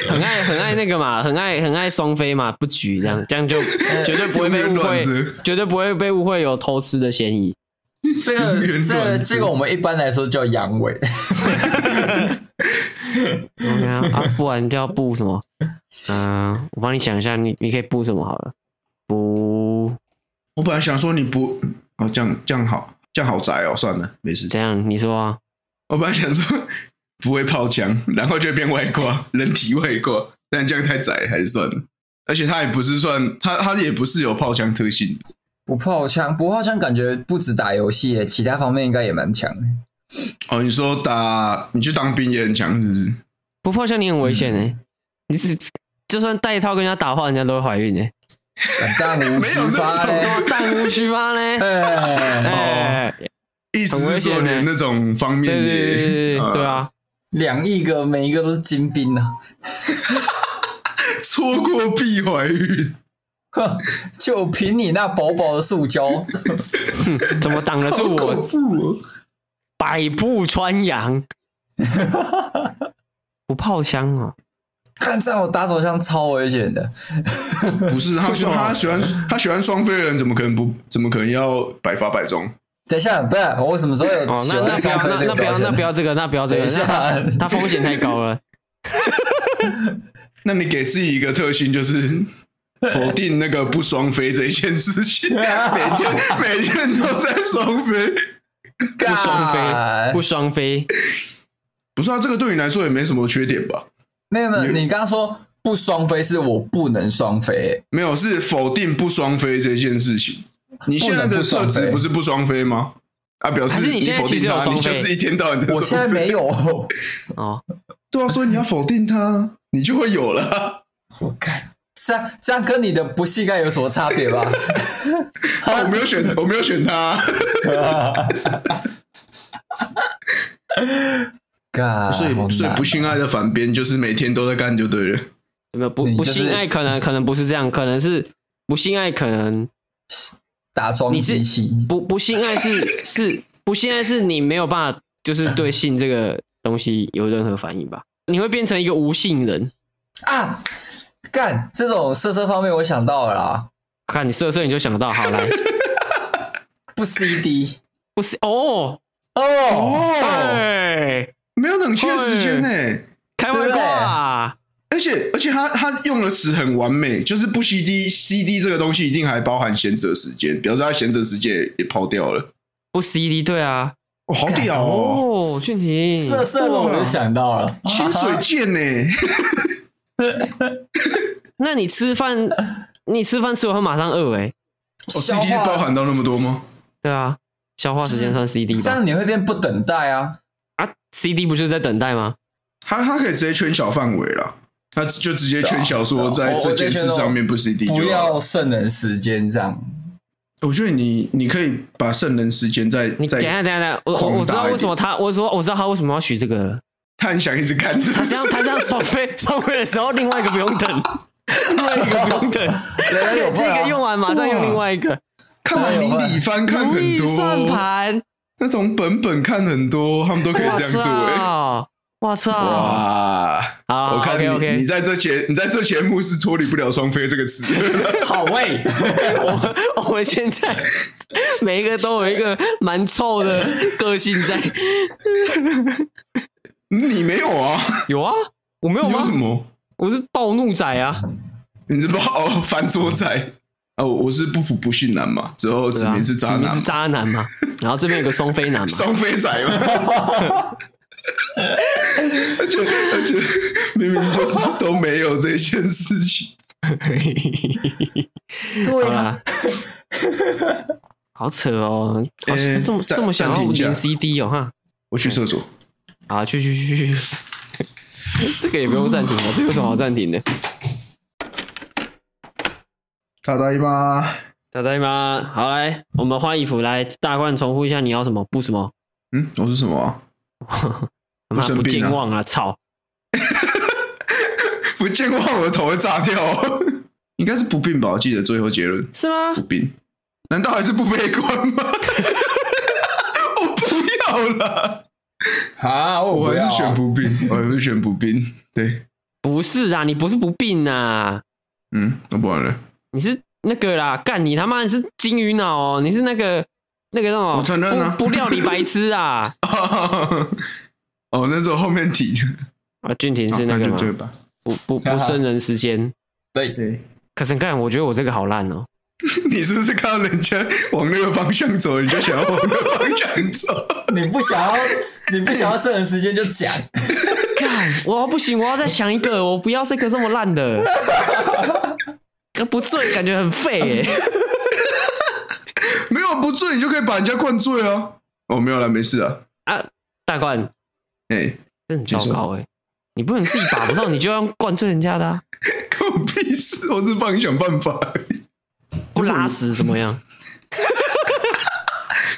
Speaker 1: 很爱很爱那个嘛，很爱很爱双飞嘛，不举这样，这样就
Speaker 2: 呃
Speaker 1: 绝对不会被
Speaker 2: 永远
Speaker 1: 误会
Speaker 2: 软着，
Speaker 1: 绝对不会被误会有偷吃的嫌疑。
Speaker 3: 这个
Speaker 2: 原
Speaker 3: 这
Speaker 2: 软
Speaker 3: 个
Speaker 2: 骨
Speaker 3: 这个，我们一般来说叫阳痿，
Speaker 1: OK 啊，啊不然就要布什么？嗯、我帮你想一下，你你可以布什么好了？布
Speaker 2: 我本来想说你不，哦，这样这样好，这样好宅哦，算了，没事。
Speaker 1: 怎样？你说啊？
Speaker 2: 我本来想说不会泡枪，然后就变外挂，人体外挂，但这样太窄，还是算了。而且它也不是算，它它也不是有泡枪特性的。
Speaker 3: 不泡枪，不泡枪，感觉不止打游戏耶，其他方面应该也蛮强的。
Speaker 2: 哦，你说打你去当兵也很强，是不是？
Speaker 1: 不破相你很危险哎、
Speaker 2: 嗯
Speaker 1: 你是就算带套跟人家打炮，人家都会怀孕哎、
Speaker 3: 但无
Speaker 2: 没有
Speaker 3: 虚发
Speaker 2: 那
Speaker 3: 嘞
Speaker 2: 种，
Speaker 1: 弹无虚发呢？
Speaker 3: 哎，
Speaker 1: 哎、
Speaker 2: 意思是说
Speaker 1: 很危险欸
Speaker 2: 连那种方面
Speaker 1: 对对
Speaker 2: 也
Speaker 1: 对对对对，
Speaker 2: 呃
Speaker 1: 啊！
Speaker 3: 两亿个，每一个都是精兵啊！
Speaker 2: 错过必怀孕。
Speaker 3: 哼就凭你那薄薄的塑胶，
Speaker 1: 怎么挡的是
Speaker 2: 好
Speaker 1: 我
Speaker 2: 恐怖哦
Speaker 1: 百步穿杨？不泡香哦，
Speaker 3: 看这样我打手枪超危险的。
Speaker 2: 不是他说他喜欢他喜欢双飞的人，怎么可能不怎么可能要百发百中？
Speaker 3: 等一下，不是我什么时候有
Speaker 1: 哦，
Speaker 3: 喜
Speaker 1: 那那
Speaker 3: 欢
Speaker 1: 不要
Speaker 3: 双
Speaker 1: 那
Speaker 3: 飞
Speaker 1: 那不
Speaker 3: 这个标
Speaker 1: 要那
Speaker 3: 签
Speaker 1: 不？要这个，那不要这
Speaker 3: 等
Speaker 1: 个，
Speaker 3: 一
Speaker 1: 那
Speaker 3: 下，
Speaker 1: 它风险太高了。
Speaker 2: 那你给自己一个特性，就是否定那个不双飞这一件事情。每天每天都在双飞，
Speaker 3: 不
Speaker 1: 不双
Speaker 3: 啊
Speaker 1: 飞，不双飞，
Speaker 2: 不是啊？这个对你来说也没什么缺点吧？
Speaker 3: 没有没有，你刚刚说不双飞是我不能双飞，
Speaker 2: 没有，是否定不双飞这件事情。你现在的特质不是不双飞吗？啊，表
Speaker 1: 还
Speaker 2: 示
Speaker 1: 是你现在
Speaker 2: 否定
Speaker 1: 其实有
Speaker 2: 他，
Speaker 1: 双
Speaker 2: 你
Speaker 1: 飞
Speaker 2: 就是一天到晚在
Speaker 3: 我现在
Speaker 2: 双
Speaker 3: 没
Speaker 2: 飞。
Speaker 3: 有。
Speaker 1: 哦，
Speaker 2: 对啊，所以你要否定他，你就会有了。
Speaker 3: 我看这样这样跟你的不性爱有什么差别吧？
Speaker 2: 啊我没有选，我没有选他。
Speaker 3: God，
Speaker 2: 所以
Speaker 3: 啊好
Speaker 2: 所以
Speaker 3: 难
Speaker 2: 不性爱的反边就是每天都在干就对了。
Speaker 1: 有没有不
Speaker 3: 你
Speaker 1: 不
Speaker 3: 就是
Speaker 1: 性爱？可能可能不是这样，可能是不性爱，可能
Speaker 3: 打桩
Speaker 1: 你
Speaker 3: 机
Speaker 1: 是
Speaker 3: 器，
Speaker 1: 不不性爱是 是不性爱是你没有办法，就是对性这个东西有任何反应吧？你会变成一个无性人。
Speaker 3: 啊，干这种色色方面我想到了啦，
Speaker 1: 看你色色你就想到，好来，
Speaker 3: 不 CD
Speaker 1: 不是哦，
Speaker 3: 哦，
Speaker 2: 哦，
Speaker 1: 哎，
Speaker 2: 没有冷却时间呢、
Speaker 1: 开外挂啊，
Speaker 2: 而且而且他他用的词很完美，就是不 CD CD 这个东西一定还包含闲者时间，表示他闲者时间也也抛掉了。
Speaker 1: 不 CD 对啊，
Speaker 2: 哦，好
Speaker 3: 干
Speaker 2: 屌哦，
Speaker 1: 哦，俊廷，
Speaker 3: 色色的我就想到了，
Speaker 2: 清水剑呢、
Speaker 3: 啊
Speaker 1: 那你吃 饭，你吃饭吃完会马上饿哎、
Speaker 2: 哦
Speaker 3: 消
Speaker 2: ，CD 包
Speaker 3: 化，
Speaker 2: 含到那么多吗？
Speaker 1: 对啊，消化时间算 CD
Speaker 3: 这
Speaker 1: 吧？
Speaker 3: 样你会变不等待啊，
Speaker 1: 啊，CD 不就是在等待吗？
Speaker 2: 他他可以直接圈小范围了，他就直接圈小说
Speaker 3: 对啊哦
Speaker 2: 在这
Speaker 3: 我
Speaker 2: 件事上面不 CD 就好
Speaker 3: 不
Speaker 2: 了。
Speaker 3: 要剩人时间这样，
Speaker 2: 我觉得你你可以把圣人时间再
Speaker 1: 你等一下
Speaker 2: 再
Speaker 1: 等一下等一下，我
Speaker 2: 狂
Speaker 1: 我我知
Speaker 2: 打
Speaker 1: 道
Speaker 2: 一
Speaker 1: 为什么他，我说我知道他为什么要许这个了。
Speaker 2: 他很想一直看是不
Speaker 1: 他
Speaker 2: 是
Speaker 1: 这样他这样双飞双飞的时候，另外一个不用等，另外一个不用等，
Speaker 3: 人有份
Speaker 1: 这
Speaker 3: 啊
Speaker 1: 个用完马上用另外一个。
Speaker 2: 看完
Speaker 3: 哎呦
Speaker 2: 迷你番看
Speaker 1: 如
Speaker 2: 很
Speaker 1: 意算
Speaker 2: 多，
Speaker 1: 盘，
Speaker 2: 那种本本看很多，他们都可以
Speaker 1: 我
Speaker 2: 这样做哎、
Speaker 1: 操！我操！
Speaker 2: 哇！
Speaker 1: 好
Speaker 2: 我看你
Speaker 1: 啊 OK，OK
Speaker 2: 你在这节你在这节目是脱离不了“双飞”这个词。
Speaker 3: 好味，
Speaker 1: 我们我们现在 每一个都有一个蛮臭的个性 在。
Speaker 2: 你没有啊？
Speaker 1: 有啊， 我没有
Speaker 2: 你
Speaker 1: 吗
Speaker 2: 有什？么？
Speaker 1: 我是暴怒仔啊！
Speaker 2: 你知道哦，翻桌仔哦，我是不普不信男嘛，之后子
Speaker 1: 对啊
Speaker 2: 明是渣
Speaker 1: 子明
Speaker 2: 男
Speaker 1: 是
Speaker 2: 嘛，
Speaker 1: 渣男 嘛，然后这边有个双飞男嘛，
Speaker 2: 双飞仔嘛， 而且而且明明就是都没有这件事情，
Speaker 3: 对
Speaker 1: 好
Speaker 3: 啊，
Speaker 1: 啦， 好扯哦，好
Speaker 2: 呃
Speaker 1: 这么
Speaker 2: 暂
Speaker 1: 这么想要
Speaker 2: 暂停一下
Speaker 1: 零 CD 哦哈，
Speaker 2: 我去厕所。
Speaker 1: 啊去去去去 去，这个也不用暂停了，这个有什么好暂停的？
Speaker 2: 大大一吧，
Speaker 1: 大家吗？好来，我们换衣服来，大冠重复一下你要什么不什么，
Speaker 2: 嗯，我是什么啊、
Speaker 1: 妈
Speaker 2: 生
Speaker 1: 不
Speaker 2: 病啊
Speaker 1: 健忘啊，操！
Speaker 2: 不健忘，我的头会炸掉、 应该是不病吧？我记得最后结论
Speaker 1: 是吗
Speaker 2: 不？病，难道还是不悲观吗？ 我不要了，
Speaker 3: 啊，我
Speaker 2: 我
Speaker 3: 不要
Speaker 2: 还
Speaker 3: 啊
Speaker 2: 是选不病，我还是选不病。对，
Speaker 1: 不是啊，你不是不病啊，
Speaker 2: 嗯，那不然了。
Speaker 1: 你是那个啦，干你他妈你是金鱼脑哦，你是那个那个什么？
Speaker 2: 我承认啊
Speaker 1: 不不料理白痴 啊！
Speaker 2: 哦，那是我后面提的，
Speaker 1: 啊，俊廷是那个
Speaker 2: 就
Speaker 1: 嘛，
Speaker 2: 这吧。
Speaker 1: 不不不生人时间。
Speaker 3: 对，
Speaker 2: 对，
Speaker 1: 可是干，我觉得我这个好烂哦。
Speaker 2: 你是不是看到人家往那个方向走，你就想要往那个方向走？
Speaker 3: 你不想要，你不想要剩人时间就讲，
Speaker 1: 干，我不行，我要再想一个，我不要这个这么烂 的。那不醉，感觉很废耶、
Speaker 2: 没有不醉，你就可以把人家灌醉啊。哦，没有了，没事啊。
Speaker 1: 啊！大冠，
Speaker 2: 哎、
Speaker 1: 这很糟糕哎、你不能自己把不到，你就要灌醉人家的、啊，
Speaker 2: 关我屁事！我只是帮你想办 法而已，
Speaker 1: 不拉屎怎么样？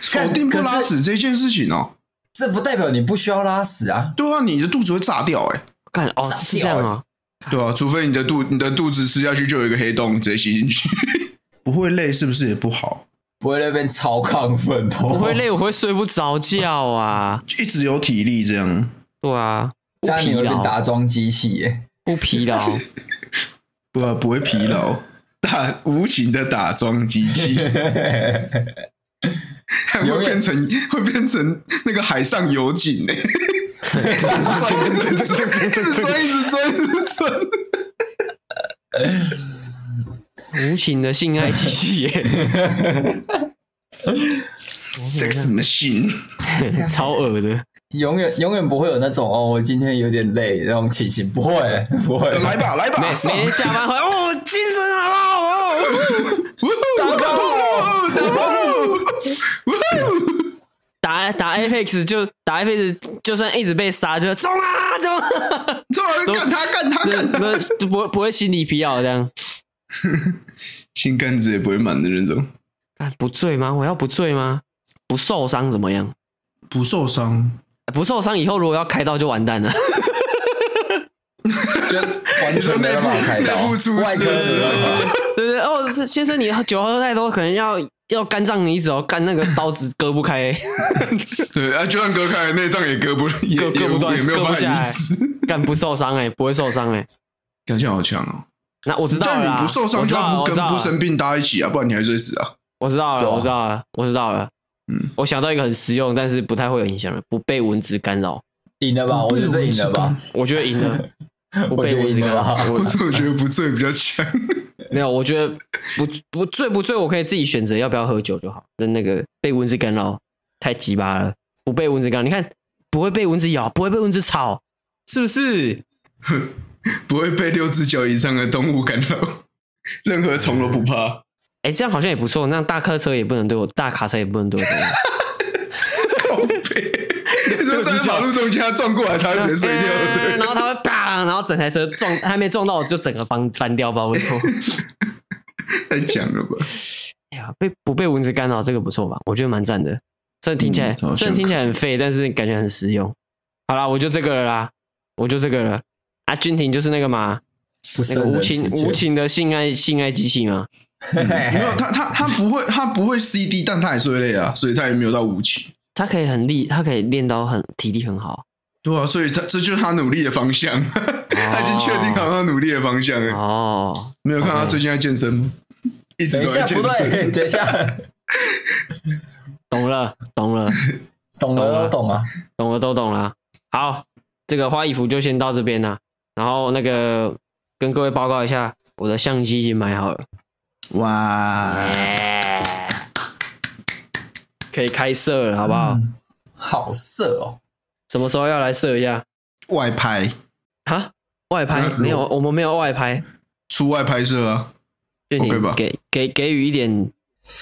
Speaker 2: 否定不拉屎这件事情哦。
Speaker 3: 这不代表你不需要拉屎啊。
Speaker 2: 对啊，你的肚子会炸掉 哎、
Speaker 1: 干哦，
Speaker 3: 傻
Speaker 1: 是这样啊、
Speaker 2: 对啊，除非你的肚你的肚子吃下去就有一个黑洞直接吸进去， 不会累是不是也不好？
Speaker 3: 不会那边超亢奋哦，
Speaker 1: 我
Speaker 3: 不
Speaker 1: 会累，我会睡不着觉啊。
Speaker 2: 一直有体力这样。
Speaker 1: 对啊，不
Speaker 3: 家里
Speaker 1: 疲
Speaker 3: 有人
Speaker 1: 劳，
Speaker 3: 打桩机器耶，
Speaker 1: 不疲劳。
Speaker 2: 不啊，不会疲 劳，打无情的打桩机 器，还会变成会变成那个海上游警 呢、一直钻，一直钻，一直钻，一直 钻。
Speaker 1: 无情的性爱机器 耶，
Speaker 2: Sex machine，
Speaker 1: 超恶
Speaker 3: 啊
Speaker 1: 的。
Speaker 3: 永远永远不会有那种哦，我今天有点累那种情形，不会 不会，
Speaker 2: 来吧，来吧，
Speaker 1: 每
Speaker 2: 上！
Speaker 1: 每天下班回来，哦，精神好好哦。
Speaker 2: 打爆，打爆！
Speaker 1: 打打 Apex 就打 Apex，就算一直被杀，就冲啊 冲啊，
Speaker 2: 这玩意儿干他，干他，
Speaker 1: 那
Speaker 2: 干他！
Speaker 1: 那就不会不会心理疲劳这样。
Speaker 2: 心肝子也不会满的那种，
Speaker 1: 干不醉吗？我要不醉吗？不受伤怎么样？
Speaker 2: 不受伤。
Speaker 1: 不受伤以后如果要开刀就完蛋 了。
Speaker 3: 就完全没办法开
Speaker 2: 内
Speaker 3: 刀，
Speaker 2: 部出事
Speaker 3: 外科只能把
Speaker 1: 对对哦，这先生你喝酒喝太多，可能要要肝脏移植哦，干那个刀子割不开，
Speaker 2: 对啊，就算割开内脏也割不也
Speaker 1: 割割不断
Speaker 2: 也没有
Speaker 1: 割不
Speaker 2: 办
Speaker 1: 下
Speaker 2: 法
Speaker 1: 来
Speaker 2: 移植，
Speaker 1: 干不受伤哎、不会受伤哎、
Speaker 2: 感觉好强哦。
Speaker 1: 那我知道了
Speaker 2: 但
Speaker 1: 啦，
Speaker 2: 你不受伤
Speaker 1: 我
Speaker 2: 就
Speaker 1: 知道
Speaker 2: 要
Speaker 1: 了
Speaker 2: 跟不生病搭一起啊，不然你还是会死啊。
Speaker 1: 我知道
Speaker 3: 对
Speaker 1: 了，
Speaker 3: 啊
Speaker 1: 我知道了，我知道了。
Speaker 2: 嗯，
Speaker 1: 我想到一个很实用，但是不太会有影响的，不被蚊子干扰。
Speaker 3: 赢了
Speaker 1: 嗯
Speaker 3: 吧？我觉得这赢了吧？
Speaker 1: 我觉得赢 了，不
Speaker 3: 我
Speaker 1: 被
Speaker 3: 觉得
Speaker 1: 蚊子
Speaker 3: 赢
Speaker 1: 干
Speaker 3: 了
Speaker 1: 扰
Speaker 3: 吧。
Speaker 1: 我
Speaker 2: 我怎么觉得不醉比较强？
Speaker 1: 没有，我觉得不不醉不醉，我可以自己选择要不要喝酒就好。那那个被蚊子干扰太鸡巴了，不被蚊子干扰，你看不会被蚊子咬，不会被蚊子吵，是不是？
Speaker 2: 不会被六只脚以上的动物干扰，任何虫都不怕。
Speaker 1: 哎、这样好像也不错。那样大客车也不能对我，大卡车也不能对我怎么 样。
Speaker 2: 靠背， 你说站在马路中间，它撞过来，它会直接碎掉了。对不对
Speaker 1: 然后他会啪，然后整台车撞，还没撞到我就整个翻翻掉吧，不错。
Speaker 2: 太强了吧？
Speaker 1: 哎呀，被不被蚊子干扰这个不错吧？我觉得蛮赞的。虽然听起来、
Speaker 2: 嗯好像
Speaker 1: 虽然听起来很废，但是感觉很实用。好啦，我就这个了啦，我就这个了。啊，君婷就是那个嘛，
Speaker 3: 不
Speaker 1: 那个
Speaker 3: 胜
Speaker 1: 无
Speaker 3: 人
Speaker 1: 情
Speaker 3: 之间
Speaker 1: 无，情的性爱性爱机器嘛。
Speaker 3: 嘿嘿嘿
Speaker 2: 没有，它它它不会，它不会 CD，但它还是会累啊，所以它也没有到无情。
Speaker 1: 他可以很力，他可以练到很体力很好。
Speaker 2: 对啊，所以它这就是他努力的方向，
Speaker 3: 哦
Speaker 2: 他已经确定好他努力的方向了。
Speaker 1: 哦，
Speaker 2: 没有看他最近在健身吗？一直
Speaker 3: 等一
Speaker 2: 都在
Speaker 3: 下
Speaker 2: 健
Speaker 3: 不对，
Speaker 2: 身。
Speaker 3: 等一下，
Speaker 1: 懂了，懂了，
Speaker 3: 懂了都懂啊，
Speaker 1: 懂了都懂了。好，这个花衣服就先到这边啦。然后那个跟各位报告一下，我的相机已经买好了。
Speaker 2: 哇，
Speaker 1: 哎可以开射了，好不好？
Speaker 3: 嗯好色哦，
Speaker 1: 什么时候要来射一下？
Speaker 2: 外拍，
Speaker 1: 哈，外拍
Speaker 2: 嗯
Speaker 1: 没有，我们没有外拍，
Speaker 2: 出外拍摄啊，
Speaker 1: 就你
Speaker 2: OK 吧
Speaker 1: 给给给予一点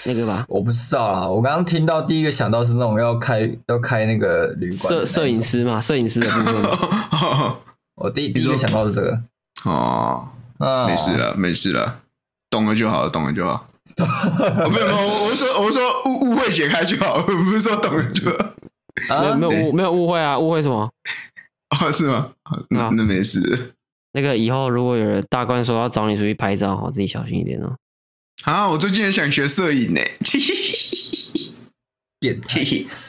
Speaker 1: 那个吧，
Speaker 3: 我不知道啦，我刚刚听到第一个想到是那种要开要开那个旅馆
Speaker 1: 摄
Speaker 3: 的那
Speaker 1: 摄影
Speaker 3: 种，
Speaker 1: 师嘛，摄影师的部
Speaker 3: 嗯
Speaker 1: 分嘛
Speaker 3: 我第第
Speaker 2: 你
Speaker 3: 一
Speaker 2: 说
Speaker 3: 个想到是这个，
Speaker 2: 哦，
Speaker 3: 啊，
Speaker 2: 没事了，没事了，懂了就好了，懂了就好。 哦没有没有，我我是说我是说误误会解开就好， 不是说懂了就好。
Speaker 3: 啊，
Speaker 1: 没有没有误没有误会啊，误会什么？
Speaker 3: 嗯
Speaker 2: 哦，是吗？哦那
Speaker 1: 啊
Speaker 2: 那没事
Speaker 1: 那个以后如果有人大官说要找你出去拍照，好自己小心一点哦。
Speaker 2: 啊，我最近也想学摄影欸呢。
Speaker 3: 变态，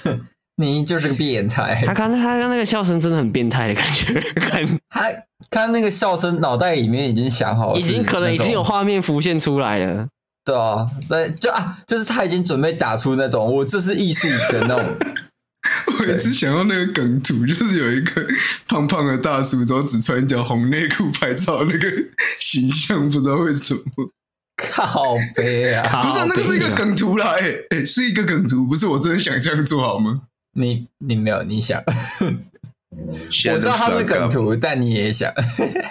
Speaker 3: 你就是个变态
Speaker 1: 他。刚他刚那个笑声真的很变态的感觉，看
Speaker 3: 他他那个笑声，脑袋里面已经想
Speaker 2: 哦
Speaker 3: 好了，
Speaker 1: 已经可能已经有画面浮现出来了。
Speaker 3: 对啊，在就啊，就是他已经准备打出那种我这是艺术的那 种，
Speaker 2: 我一直想要那个梗图，就是有一个胖胖的大叔，然后只穿一条红内裤拍照，那个形象不知道为什么，
Speaker 3: 靠背啊！
Speaker 1: 好
Speaker 2: 不是、啊、那个是一个
Speaker 1: 变态
Speaker 2: 梗图啦，哎、哎、是一个梗图，不是我真的想这样做好吗？
Speaker 3: 你你没有你想，
Speaker 2: 我
Speaker 3: 我知道他是梗，图，但你也想，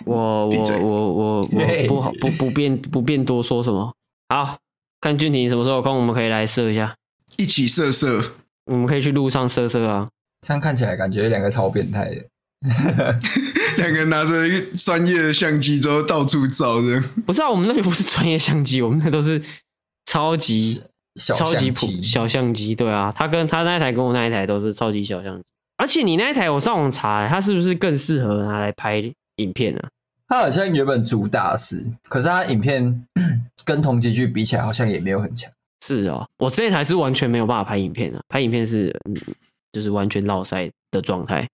Speaker 1: 我
Speaker 2: 闭
Speaker 1: 我
Speaker 2: 嘴
Speaker 1: 我我我
Speaker 3: 嘿
Speaker 1: 不好不不便不便多说什么。好，看俊廷什么时候有空，我们可以来射一下。
Speaker 2: 一起色色，
Speaker 1: 我们可以去路上射射啊！
Speaker 3: 这样看起来感觉两个超变态的。
Speaker 2: 两个人拿着一个专业的相机，之后到处照这样。
Speaker 1: 不是啊，我们那个不是专业相机，我们那都是超级
Speaker 3: 小
Speaker 1: 超级
Speaker 3: 相
Speaker 1: 普
Speaker 3: 机
Speaker 1: 小相机。对啊，他跟他那一台跟我那一台都是超级小相机。而且你那一台我上网查、它是不是更适合拿来拍影片啊？
Speaker 3: 他好像原本主打是，可是他影片 跟同级剧比起来，好像也没有很强。
Speaker 1: 是哦，我这一台是完全没有办法拍影片的、拍影片是嗯就是完全落塞的状态。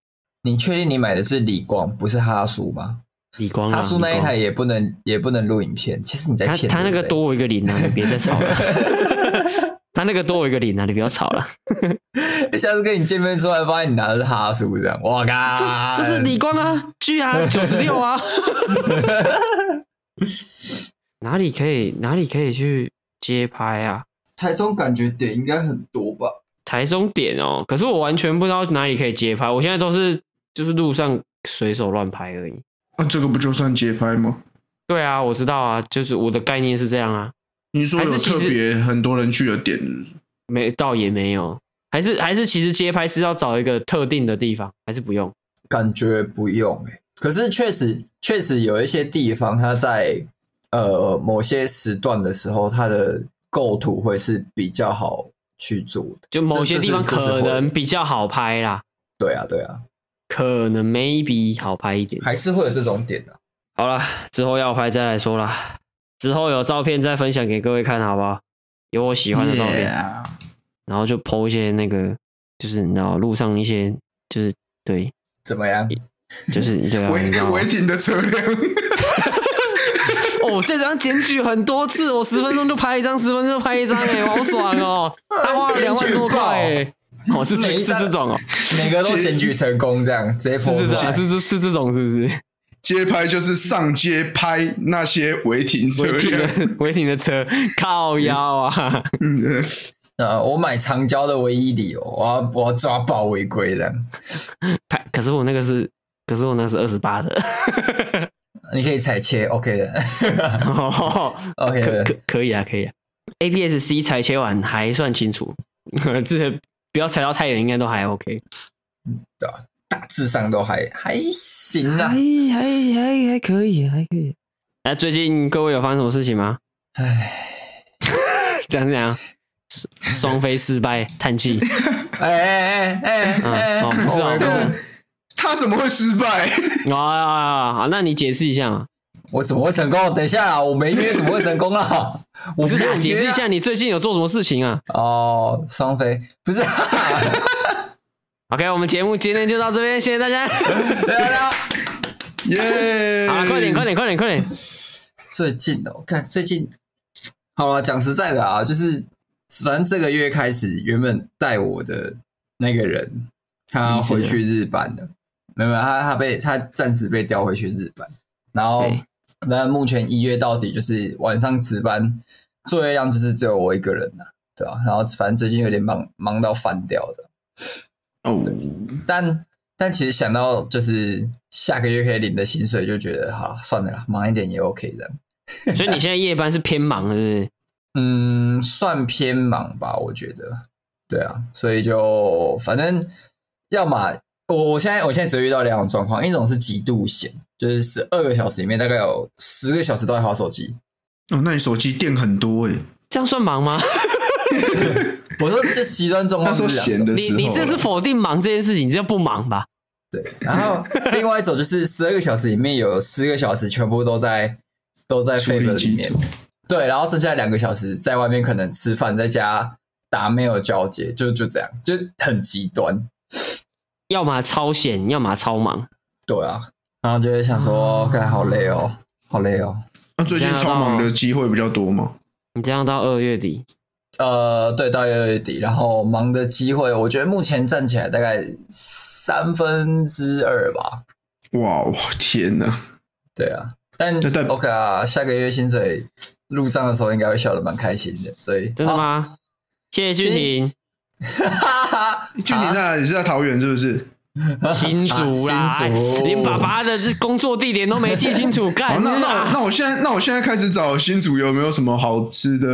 Speaker 3: 你确定你买的是理光，不是哈苏吗？
Speaker 1: 理光啊，
Speaker 3: 哈苏那
Speaker 1: 理
Speaker 3: 一
Speaker 1: 光
Speaker 3: 台也不能也不能录影片，其实你在
Speaker 1: 他
Speaker 3: 骗
Speaker 1: 他那
Speaker 3: 对
Speaker 1: 个
Speaker 3: 不对
Speaker 1: 多我一个 零啊，你别再吵了。他那个多我一个零啊，你不要吵了。
Speaker 3: 下次跟你见面出来，发现你拿的是哈苏这样，我靠！
Speaker 1: 这是李光啊，G 啊，九十六 啊。哪里可以哪里可以去街拍啊？
Speaker 3: 台中感觉点应该很多吧？
Speaker 1: 台中点哦，可是我完全不知道哪里可以街拍，我现在都是就是路上随手乱拍而已。
Speaker 2: 啊，这个不就算街拍吗？
Speaker 1: 对啊，我知道啊，就是我的概念是这样啊，
Speaker 2: 你说
Speaker 1: 还
Speaker 2: 有
Speaker 1: 是其
Speaker 2: 特
Speaker 1: 实
Speaker 2: 别很多人去的点，
Speaker 1: 没倒也没有，还是还是其实街拍是要找一个特定的地方，还是不用？
Speaker 3: 感觉不用哎、可是确实确实有一些地方，它在呃某些时段的时候，它的构图会是比较好去做的。
Speaker 1: 就某些地方
Speaker 3: 这这是这是
Speaker 1: 可
Speaker 3: 会
Speaker 1: 能比较好拍啦，
Speaker 3: 对啊，对啊，
Speaker 1: 可能 maybe 好拍一点。
Speaker 3: 还是会有这种点的、
Speaker 1: 好啦，之后要拍再来说啦，之后有照片再分享给各位看，好不好？有我喜欢的照片
Speaker 3: Yeah
Speaker 1: 然后就 PO 一些那个，就是你知道路上一些，就是对，
Speaker 3: 怎么样？
Speaker 1: 就是 对啊，你知道吗
Speaker 2: 违违？停的车辆，
Speaker 1: 哦，这张检举很多次，我十分钟就拍一张，十分钟就拍一张，哎，好爽哦！ 他花了两万多块，哎，哦，是
Speaker 3: 每
Speaker 1: 是
Speaker 3: 一张
Speaker 1: 这 种哦，
Speaker 3: 每个都检举成功，这样直接
Speaker 1: 是
Speaker 3: 破
Speaker 1: 这
Speaker 3: 出
Speaker 1: 种，
Speaker 3: 来。
Speaker 1: 是这是这种，是不是？
Speaker 2: 街拍就是上街拍那些违停 车
Speaker 1: 违停
Speaker 2: 辆。
Speaker 1: 的 违停的车，靠腰啊！
Speaker 2: 嗯，
Speaker 3: 呃，我买长焦的唯一理由，我要我要抓爆违规的。
Speaker 1: 拍，可是我那个是，可是我那个是二十八的。
Speaker 3: 你可以裁切，OK 的
Speaker 1: 哦，
Speaker 3: ，OK
Speaker 1: 可
Speaker 3: 的。
Speaker 1: 可可以啊，可以啊。APS-C 裁切完还算清楚， 这些不要裁到太远，应该都还 OK。
Speaker 3: 大致上都还还行
Speaker 1: 还
Speaker 3: 啊。
Speaker 1: 还还还可以，还可以。哎、最近各位有发生什么事情吗？
Speaker 3: 唉，
Speaker 1: 这样这样，双双飞失败，叹 气。
Speaker 3: 哎哎哎哎哎，
Speaker 1: 嗯哦不是啊
Speaker 3: 我没
Speaker 1: 不是
Speaker 3: 空
Speaker 2: 他怎么会失败？
Speaker 1: 啊、啊，那你解释一下嘛？
Speaker 3: 我怎么会成功？等一下啊，我没约怎么会成功啊？我
Speaker 1: 不是
Speaker 3: 没有约啊
Speaker 1: 解释一下你最近有做什么事情啊
Speaker 3: 哦，双飞不是、啊，
Speaker 1: ？OK，我们节目今天就到这边，谢谢大家。
Speaker 3: 对啊对啊
Speaker 2: 耶！
Speaker 1: 好了，啊快点，快点，快点，快点。
Speaker 3: 最近哦，看最近，好了，讲实在的啊，就是反正这个月开始，原本带我的那个人他
Speaker 1: 离职了
Speaker 3: 回去日本了，没有没有，他他被他暂时被调回去日本，然后
Speaker 1: 对
Speaker 3: 那目前一月到底就是晚上值班，作业量就是只有我一个人呐、对吧、啊然后反正最近有点忙，忙到翻掉的。
Speaker 2: 哦，
Speaker 3: 但但其实想到就是下个月可以领的薪水，就觉得好了，算了啦，忙一点也 OK 的。
Speaker 1: 所以你现在夜班是偏忙，是不是？
Speaker 3: 嗯，算偏忙吧，我觉得。对啊，所以就反正要么我我现在我现在只会遇到两种状况，一种是极度闲，就是十二个小时里面大概有十个小时都在划手机。
Speaker 2: 哦，那你手机电很多哎、
Speaker 1: 这样算忙吗？
Speaker 3: 我说这极端状
Speaker 2: 那
Speaker 3: 况
Speaker 2: 时
Speaker 3: 是
Speaker 2: 候
Speaker 3: 两
Speaker 2: 闲
Speaker 3: 种，
Speaker 2: 的
Speaker 1: 你
Speaker 2: 时候啦，
Speaker 1: 你这是否定忙这件事情，你这样不忙吧？
Speaker 3: 对，然后另外一种就是十二个小时里面有十个小时全部都在都在
Speaker 2: 处理
Speaker 3: Fable 里
Speaker 2: 机
Speaker 3: 面
Speaker 2: 组，
Speaker 3: 对，然后剩下两个小时在外面可能吃饭，在家打没有交接，就就这样，就很极端。
Speaker 1: 要么超闲，要么超忙。
Speaker 3: 对啊，然后就会想说，看、好累哦，好累哦。
Speaker 2: 那啊最近超忙的机会比较多吗？
Speaker 1: 你这样到二月底，
Speaker 3: 呃，对，到月月底，然后忙的机会，我觉得目前站起来大概三分之二吧。
Speaker 2: 哇，我天哪！
Speaker 3: 对啊，但
Speaker 2: 对对
Speaker 3: OK 啊，下个月薪水入账的时候应该会笑得蛮开心的，所以
Speaker 1: 真的
Speaker 3: 好
Speaker 1: 吗？谢谢俊廷，
Speaker 3: 哈哈，
Speaker 2: 就你在你是在桃园是不是？
Speaker 1: 新竹啦，
Speaker 3: 啊新竹
Speaker 1: 哎连爸爸的工作地点都没记清楚，
Speaker 2: 好，
Speaker 1: 干
Speaker 2: 哦那那我
Speaker 1: 那
Speaker 2: 那我现在那我现在开始找新竹有没有什么好吃的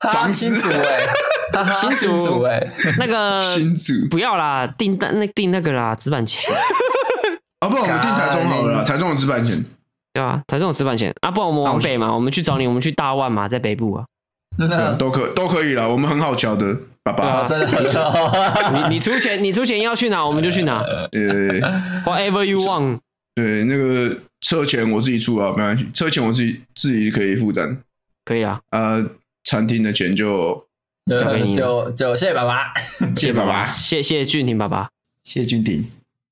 Speaker 3: 哈
Speaker 2: 房子
Speaker 3: 新竹哎，哈哈
Speaker 1: 新竹
Speaker 3: 新竹哎，
Speaker 1: 那个
Speaker 2: 新竹？
Speaker 1: 不要啦，订单那订那个啦，纸板钱
Speaker 2: 啊，不然我们订台中好了啦，
Speaker 3: 干
Speaker 2: 台中有纸板钱。
Speaker 1: 对吧？台中有纸板钱啊，不然我们往北嘛，我们去找你，我们去大万嘛，在北部啊。
Speaker 3: 那
Speaker 2: 都可都可以啦，我们很好瞧的，爸
Speaker 1: 啊
Speaker 2: 爸。
Speaker 3: 真的 很好，
Speaker 1: 你你出钱，你出钱要去哪，我们就去哪
Speaker 2: 呃对
Speaker 1: ，whatever you want。
Speaker 2: 对，那个车钱我自己出啊，没关系，车钱我自己自己可以负担。
Speaker 1: 可以啊，
Speaker 2: 啊，餐厅的钱就
Speaker 1: 交给你
Speaker 3: 就就谢谢爸爸，
Speaker 2: 谢哎谢爸爸，
Speaker 1: 谢谢俊廷爸爸。
Speaker 2: 谢俊鼎。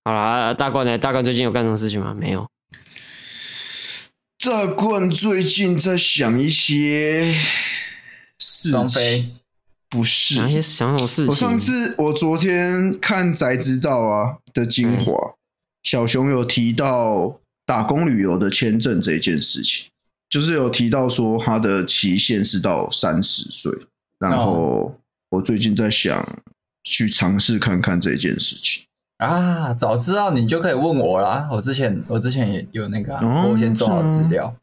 Speaker 1: 好啦，啊大冠呢？大冠最近有干什么事情吗？没有。
Speaker 2: 大冠最近在想一些事
Speaker 3: 双
Speaker 2: 情，
Speaker 3: 飞
Speaker 2: 不是
Speaker 1: 想一些想什么事情？
Speaker 2: 我上次我昨天看《宅知道》啊的精华，
Speaker 1: 嗯
Speaker 2: 小熊有提到打工旅游的签证这件事情，就是有提到说它的期限是到三十岁。然
Speaker 1: 哦
Speaker 2: 后我最近在想去尝试看看这件事情。
Speaker 3: 啊，早知道你就可以问我啦，我之前我之前也有那个啊，
Speaker 2: 哦
Speaker 3: 我先做好
Speaker 2: 是
Speaker 3: 资
Speaker 2: 吗
Speaker 3: 料，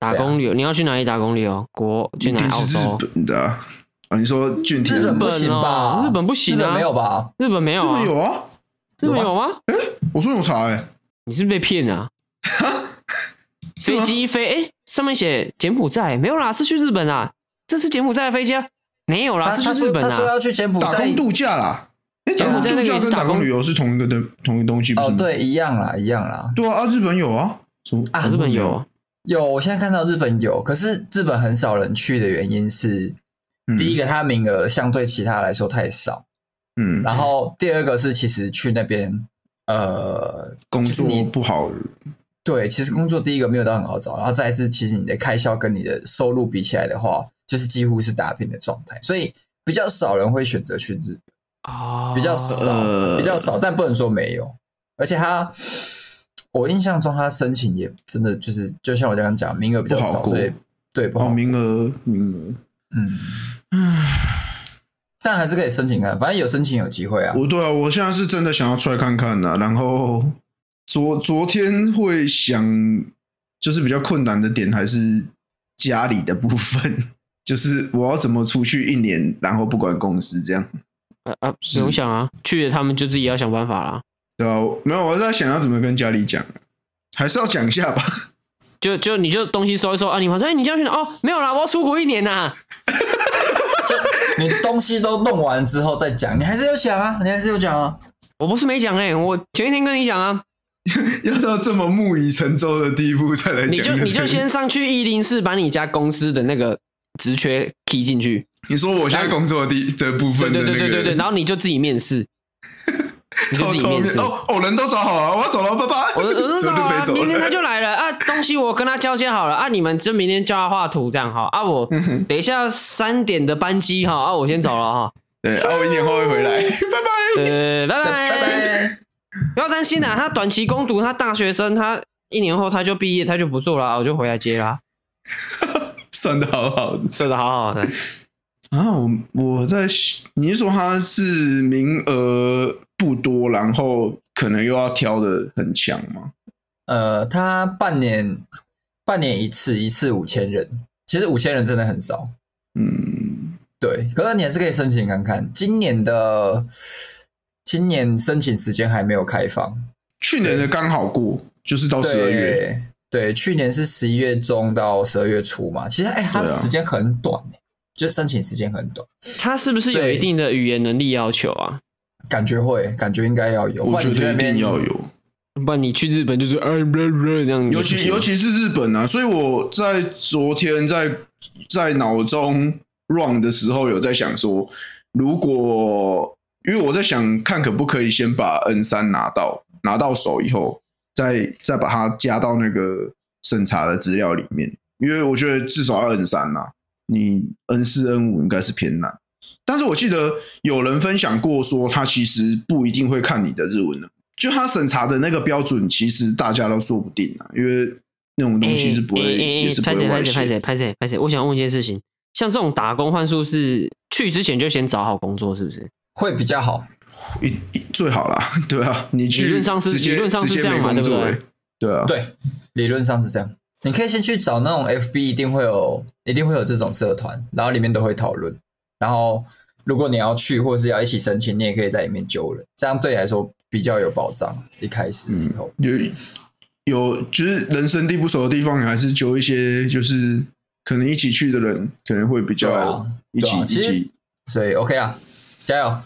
Speaker 1: 打工旅游，你要去哪里打工旅游？国去哪
Speaker 2: 一
Speaker 1: 里？
Speaker 2: 定
Speaker 1: 澳
Speaker 2: 是日
Speaker 1: 洲、
Speaker 2: 本的啊？啊你说俊廷
Speaker 3: 日本不
Speaker 1: 哦
Speaker 3: 行吧？
Speaker 1: 日本不行啊
Speaker 3: 日本没有吧？
Speaker 1: 日本没有
Speaker 2: 日
Speaker 1: 啊
Speaker 2: 本？有啊？
Speaker 1: 日本有吗？
Speaker 2: 我说有查哎、欸，
Speaker 1: 你是不是被骗啊？
Speaker 2: 是吗
Speaker 1: 飞机一飞，哎、上面写柬埔寨，没有啦，是去日本啦。这是柬埔寨的飞机啊？没有啦，
Speaker 3: 他
Speaker 1: 是
Speaker 3: 他
Speaker 1: 去日
Speaker 3: 说
Speaker 1: 本啊
Speaker 3: 他说
Speaker 1: 啦。
Speaker 3: 要去柬埔
Speaker 2: 打
Speaker 3: 寨
Speaker 2: 工，度假啦。哎，
Speaker 1: 柬埔
Speaker 2: 度
Speaker 1: 寨那个
Speaker 2: 假
Speaker 1: 也是
Speaker 2: 跟打
Speaker 1: 打
Speaker 2: 工
Speaker 1: 工
Speaker 2: 旅游是同一个的同一个东西，不是
Speaker 3: 哦，
Speaker 2: 吗？
Speaker 3: 对，一样啦，一样啦。
Speaker 2: 对啊，啊日本有啊，什么
Speaker 3: 啊
Speaker 1: 日本有，
Speaker 3: 有，我现在看到日本有，可是日本很少人去的原因是，
Speaker 2: 嗯
Speaker 3: 第一个它名额相对其他来说太少，
Speaker 2: 嗯，
Speaker 3: 然后第二个是其实去那边，呃，
Speaker 2: 工
Speaker 3: 就是
Speaker 2: 作
Speaker 3: 你
Speaker 2: 不好，
Speaker 3: 对，其实工作第一个没有到很好找，然后再来是其实你的开销跟你的收入比起来的话，就是几乎是打平的状态，所以比较少人会选择去日本，
Speaker 1: 哦，
Speaker 3: 比较少，
Speaker 2: 呃
Speaker 3: 比较少，但不能说没有，而且他。我印象中，他申请也真的就是，就像我刚刚讲，名额比较
Speaker 2: 不好
Speaker 3: 少，
Speaker 2: 过
Speaker 3: 所以对不好
Speaker 2: 哦，名额名额，
Speaker 3: 嗯，但还是可以申请看，反正有申请有机会啊。
Speaker 2: 我对啊，我现在是真的想要出来看看的、然后昨昨天会想，就是比较困难的点还是家里的部分， 就是我要怎么出去一年，然后不管公司这样。
Speaker 1: 啊啊，不用想啊，去了他们就自己要想办法啦。
Speaker 2: 对啊，没有，我在想要怎么跟家里讲，还是要讲一下吧。
Speaker 1: 就就你就东西收一收啊，你妈说哎、你这样去哪？哦，没有啦，我要出国一年呐、
Speaker 3: 你东西都弄完之后再讲，你还是有讲啊，你还是有讲啊。
Speaker 1: 我不是没讲哎、我前一天跟你讲啊，
Speaker 2: 要到这么木已成舟的地步再来
Speaker 1: 你
Speaker 2: 讲
Speaker 1: 就
Speaker 2: 那个，
Speaker 1: 你就先上去一零四，把你家公司的那个职缺 key 进去，
Speaker 2: 你说我现在工作的地的部
Speaker 1: 对
Speaker 2: 分
Speaker 1: 对
Speaker 2: 的那
Speaker 1: 对
Speaker 2: 个，
Speaker 1: 对对对，然后你就自己面 试，你就
Speaker 2: 偷
Speaker 1: 自己
Speaker 2: 偷
Speaker 1: 面
Speaker 2: 面
Speaker 1: 试。
Speaker 2: 哦哦，人都找好了，我要走了，拜拜。
Speaker 1: 我我 就
Speaker 2: 真
Speaker 1: 说
Speaker 2: 的
Speaker 1: 啊
Speaker 2: 飞，走了，
Speaker 1: 明天他就来了啊，东西我跟他交接好了啊，你们就明天叫他画图这样好啊，我
Speaker 2: 嗯
Speaker 1: 等一下三点的班机哈啊，我先走了 哈，
Speaker 2: 对，啊，我一年后会回来， 拜拜。
Speaker 1: 呃，拜拜
Speaker 3: 拜拜。
Speaker 1: 不要担心啦，他短期攻读，他大学生，他一年后他就毕业，他就不做了，我就回来接啦，
Speaker 2: 算的好好的
Speaker 1: 睡得好好的，
Speaker 2: 啊！我我在你是说他是名额不多，然后可能又要挑的很强吗？
Speaker 3: 呃，他半年半年一次，一次五千人，其实五千人真的很少。
Speaker 2: 嗯，
Speaker 3: 对，可是你还是可以申请看看。今年的今年申请时间还没有开放，
Speaker 2: 去年的刚好过，就是到十二月，
Speaker 3: 对对，去年是十一月中到十二月初嘛，其实哎、它
Speaker 2: 对啊
Speaker 3: 时间很短、欸，就申请时间很短，
Speaker 1: 他是不是有一定的语言能力要求啊？
Speaker 3: 感觉会，感觉应该要有，
Speaker 2: 我
Speaker 3: 不然
Speaker 2: 觉
Speaker 3: 你去
Speaker 2: 得
Speaker 3: 那
Speaker 2: 一
Speaker 3: 边
Speaker 2: 定要有。
Speaker 1: 不然你去日本就是哎这样，
Speaker 2: 尤其尤其是日本啊，所以我在昨天在在脑中 run 的时候，有在想说，如果因为我在想看可不可以先把 N 三拿到拿到手以后，再再把它加到那个审查的资料里面，因为我觉得至少要 N 三呐、你 N 四 N 五应该是偏难。但是我记得有人分享过说，他其实不一定会看你的日文能力就他审查的那个标准，其实大家都说不定啊，因为那种东西是不会，也是不
Speaker 1: 哎拍
Speaker 2: 会
Speaker 1: 谁
Speaker 2: 外
Speaker 1: 拍谁拍
Speaker 2: 泄。
Speaker 1: 谁拍谁拍谁，我想问一件事情，像这种打工换宿是去之前就先找好工作是不是？
Speaker 3: 会比较好。
Speaker 2: 一一最好啦，对啊，你去
Speaker 1: 理论上是
Speaker 2: 直接
Speaker 1: 理论上是
Speaker 2: 直接
Speaker 1: 这样嘛
Speaker 2: 没工作
Speaker 1: 对不
Speaker 2: 欸对啊，
Speaker 3: 对，理论上是这样。你可以先去找那种 FB 一定会有，一定会有这种社团，然后里面都会讨论。然后如果你要去或是要一起申请，你也可以在里面揪人，这样对你来说比较有保障。一开始的时候，
Speaker 2: 有有就是人生地不熟的地方，你还是揪一些就是可能一起去的人，可能会比
Speaker 3: 对
Speaker 2: 较
Speaker 3: 啊
Speaker 2: 一起、
Speaker 3: 对啊
Speaker 2: 一
Speaker 3: 其实
Speaker 2: 起。
Speaker 3: 所以 OK 啦，加油！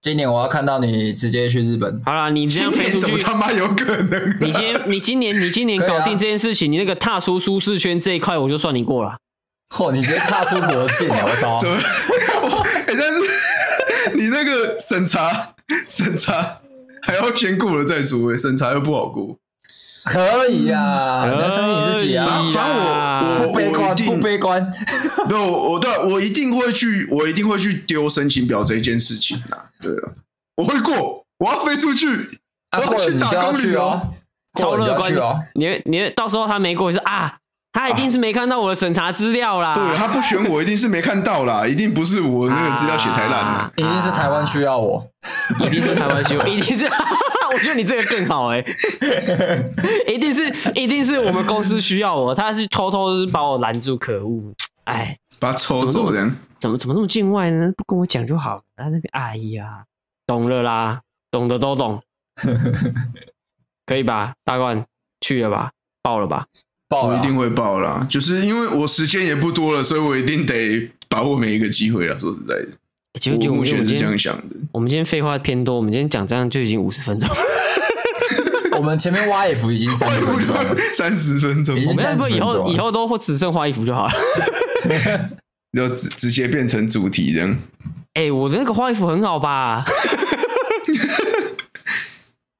Speaker 3: 今年我要看到你直接去日本。
Speaker 1: 好啦，你这样飞出
Speaker 2: 怎么
Speaker 1: 去。
Speaker 2: 他妈有可能、啊
Speaker 1: 你今天你今年你今年
Speaker 3: 可以啊
Speaker 1: 搞定这件事情，你那个踏出舒适圈这一块，我就算你过了。
Speaker 3: 嚯，你直接踏出国境了，我 操！
Speaker 2: 怎么？ 哇欸但是 你那个审查审查还要先过了再说、欸，审查又不好过。
Speaker 3: 可以呀、
Speaker 2: 啊
Speaker 3: 你要相信你自己
Speaker 1: 可
Speaker 3: 啊
Speaker 1: 以！
Speaker 2: 反正我
Speaker 1: 哎呀
Speaker 2: 我
Speaker 3: 不悲
Speaker 2: 我一
Speaker 3: 观，
Speaker 2: 定
Speaker 3: 不悲观。
Speaker 2: 没有，我对我一定会去，我一定会去丢申请表这一件事情啊。对了，我会过，我要飞出去，
Speaker 3: 啊，
Speaker 2: 我
Speaker 3: 过了
Speaker 2: 去
Speaker 3: 你
Speaker 2: 打
Speaker 3: 就要
Speaker 2: 工旅
Speaker 3: 去
Speaker 2: 游。
Speaker 3: 哦，
Speaker 1: 超
Speaker 3: 过了
Speaker 1: 乐
Speaker 3: 你就要
Speaker 1: 观
Speaker 3: 去
Speaker 2: 啊
Speaker 3: 哦。
Speaker 1: 你你到时候他没过，你说啊，他一定是没看到我的审查资料啦。
Speaker 2: 对他不选我，一定是没看 到啦，一定不是我那个资料写太烂了
Speaker 1: 啊。
Speaker 3: 一定是台湾需要我，
Speaker 1: 一定是台湾秀，一定是， 我觉得你这个更好哎、 一定是一定是我们公司需要我，他是偷偷把我拦住，可恶！哎，
Speaker 2: 把它抽走这样。
Speaker 1: 怎么怎么这么见外呢？不跟我讲就好，他那边哎呀，懂了啦，懂的都 懂，可以吧？大冠去了吧，爆啊了吧？
Speaker 3: 爆
Speaker 2: 我
Speaker 3: 了
Speaker 2: 一定会报啦，就是因为我时间也不多了，所以我一定得把握每一个机会啊。说实在的，
Speaker 1: 其实就
Speaker 2: 我目前
Speaker 1: 们
Speaker 2: 是
Speaker 1: 今
Speaker 2: 这
Speaker 1: 天
Speaker 2: 样想的。
Speaker 1: 我们今天废话偏多，我们今天讲这样就已经五十分钟 了。
Speaker 3: 我们前面挖 F 已经三十分钟了，
Speaker 2: 三十分钟，
Speaker 3: 已
Speaker 2: 我
Speaker 3: 经
Speaker 2: 们
Speaker 1: 那
Speaker 3: 30
Speaker 1: 不以
Speaker 3: 分钟
Speaker 1: 后
Speaker 3: 了
Speaker 1: 以后都会只剩花衣服就好了。
Speaker 2: 要直直接变成主题这样。
Speaker 1: 哎、我的那个花衣服很好 吧？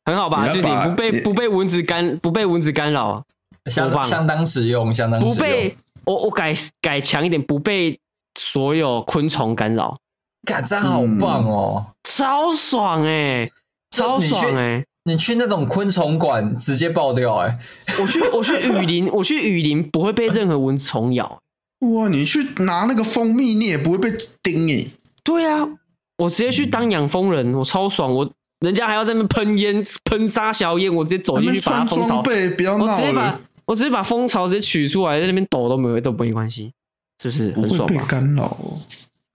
Speaker 1: 很好吧？
Speaker 2: 你
Speaker 1: 就你
Speaker 2: 要把
Speaker 1: 不被
Speaker 2: 你
Speaker 1: 不被蚊子干不被蚊子干扰，多
Speaker 3: 相
Speaker 1: 棒
Speaker 3: 相当实用，相当
Speaker 1: 不
Speaker 3: 实用。
Speaker 1: 被我我改改强一点，不被所有昆虫干扰，
Speaker 3: 感这样好棒哦！
Speaker 1: 超爽哎、超爽哎、
Speaker 3: 你去那种昆虫馆直接爆掉哎、
Speaker 1: 我去我去雨林，我去雨林不会被任何蚊虫咬。
Speaker 2: 哇，你去拿那个蜂蜜，你也不会被叮欸诶、
Speaker 1: 对啊，我直接去当养蜂人，我超爽。我人家还要在那边喷烟喷杀小烟，我直接走
Speaker 2: 他
Speaker 1: 进
Speaker 2: 们
Speaker 1: 去把它
Speaker 2: 穿
Speaker 1: 蜂巢
Speaker 2: 装备，不要
Speaker 1: 我
Speaker 2: 闹欸
Speaker 1: 直接把
Speaker 2: 了，
Speaker 1: 我直接把蜂巢直接取出来，在那边抖都没有都没关系，是不是
Speaker 2: 不
Speaker 1: 很
Speaker 2: 会
Speaker 1: 爽
Speaker 2: 被
Speaker 1: 吧？
Speaker 2: 干扰、哦，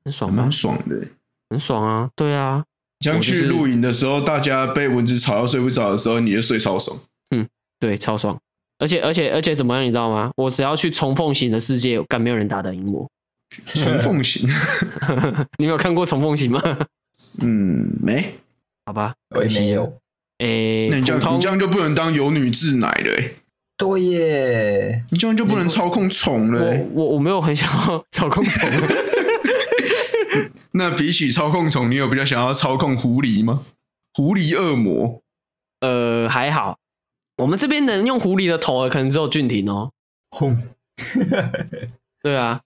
Speaker 1: 很
Speaker 2: 还
Speaker 1: 爽吗
Speaker 2: 蛮？爽的、欸。
Speaker 1: 很爽啊！对啊，
Speaker 2: 像
Speaker 1: 我
Speaker 2: 去
Speaker 1: 就是
Speaker 2: 露营的时候，大家被蚊子吵到睡不着的时候，你就睡 超爽。
Speaker 1: 对，超爽。而且而且而且怎么样，你知道吗？我只要去重凤型的世界，干没有人打得赢我。
Speaker 2: 虫奉行，
Speaker 1: 你没有看过重凤型 吗？
Speaker 2: 嗯，没，
Speaker 1: 好吧，
Speaker 3: 我也没有。
Speaker 1: 诶、
Speaker 2: 那你这
Speaker 1: 哎普
Speaker 2: 样
Speaker 1: 通
Speaker 2: 你这样就不能当有女治奶了、欸，
Speaker 3: 对耶，
Speaker 2: 你这样就不能操控虫了、欸。
Speaker 1: 我我我没有很想要 找工虫，
Speaker 2: 那比起操控虫，你有比较想要操控狐狸吗？狐狸恶魔，
Speaker 1: 呃，还好。我们这边能用狐狸的头的，可能只有俊廷哦。
Speaker 3: 轰！
Speaker 1: 对啊，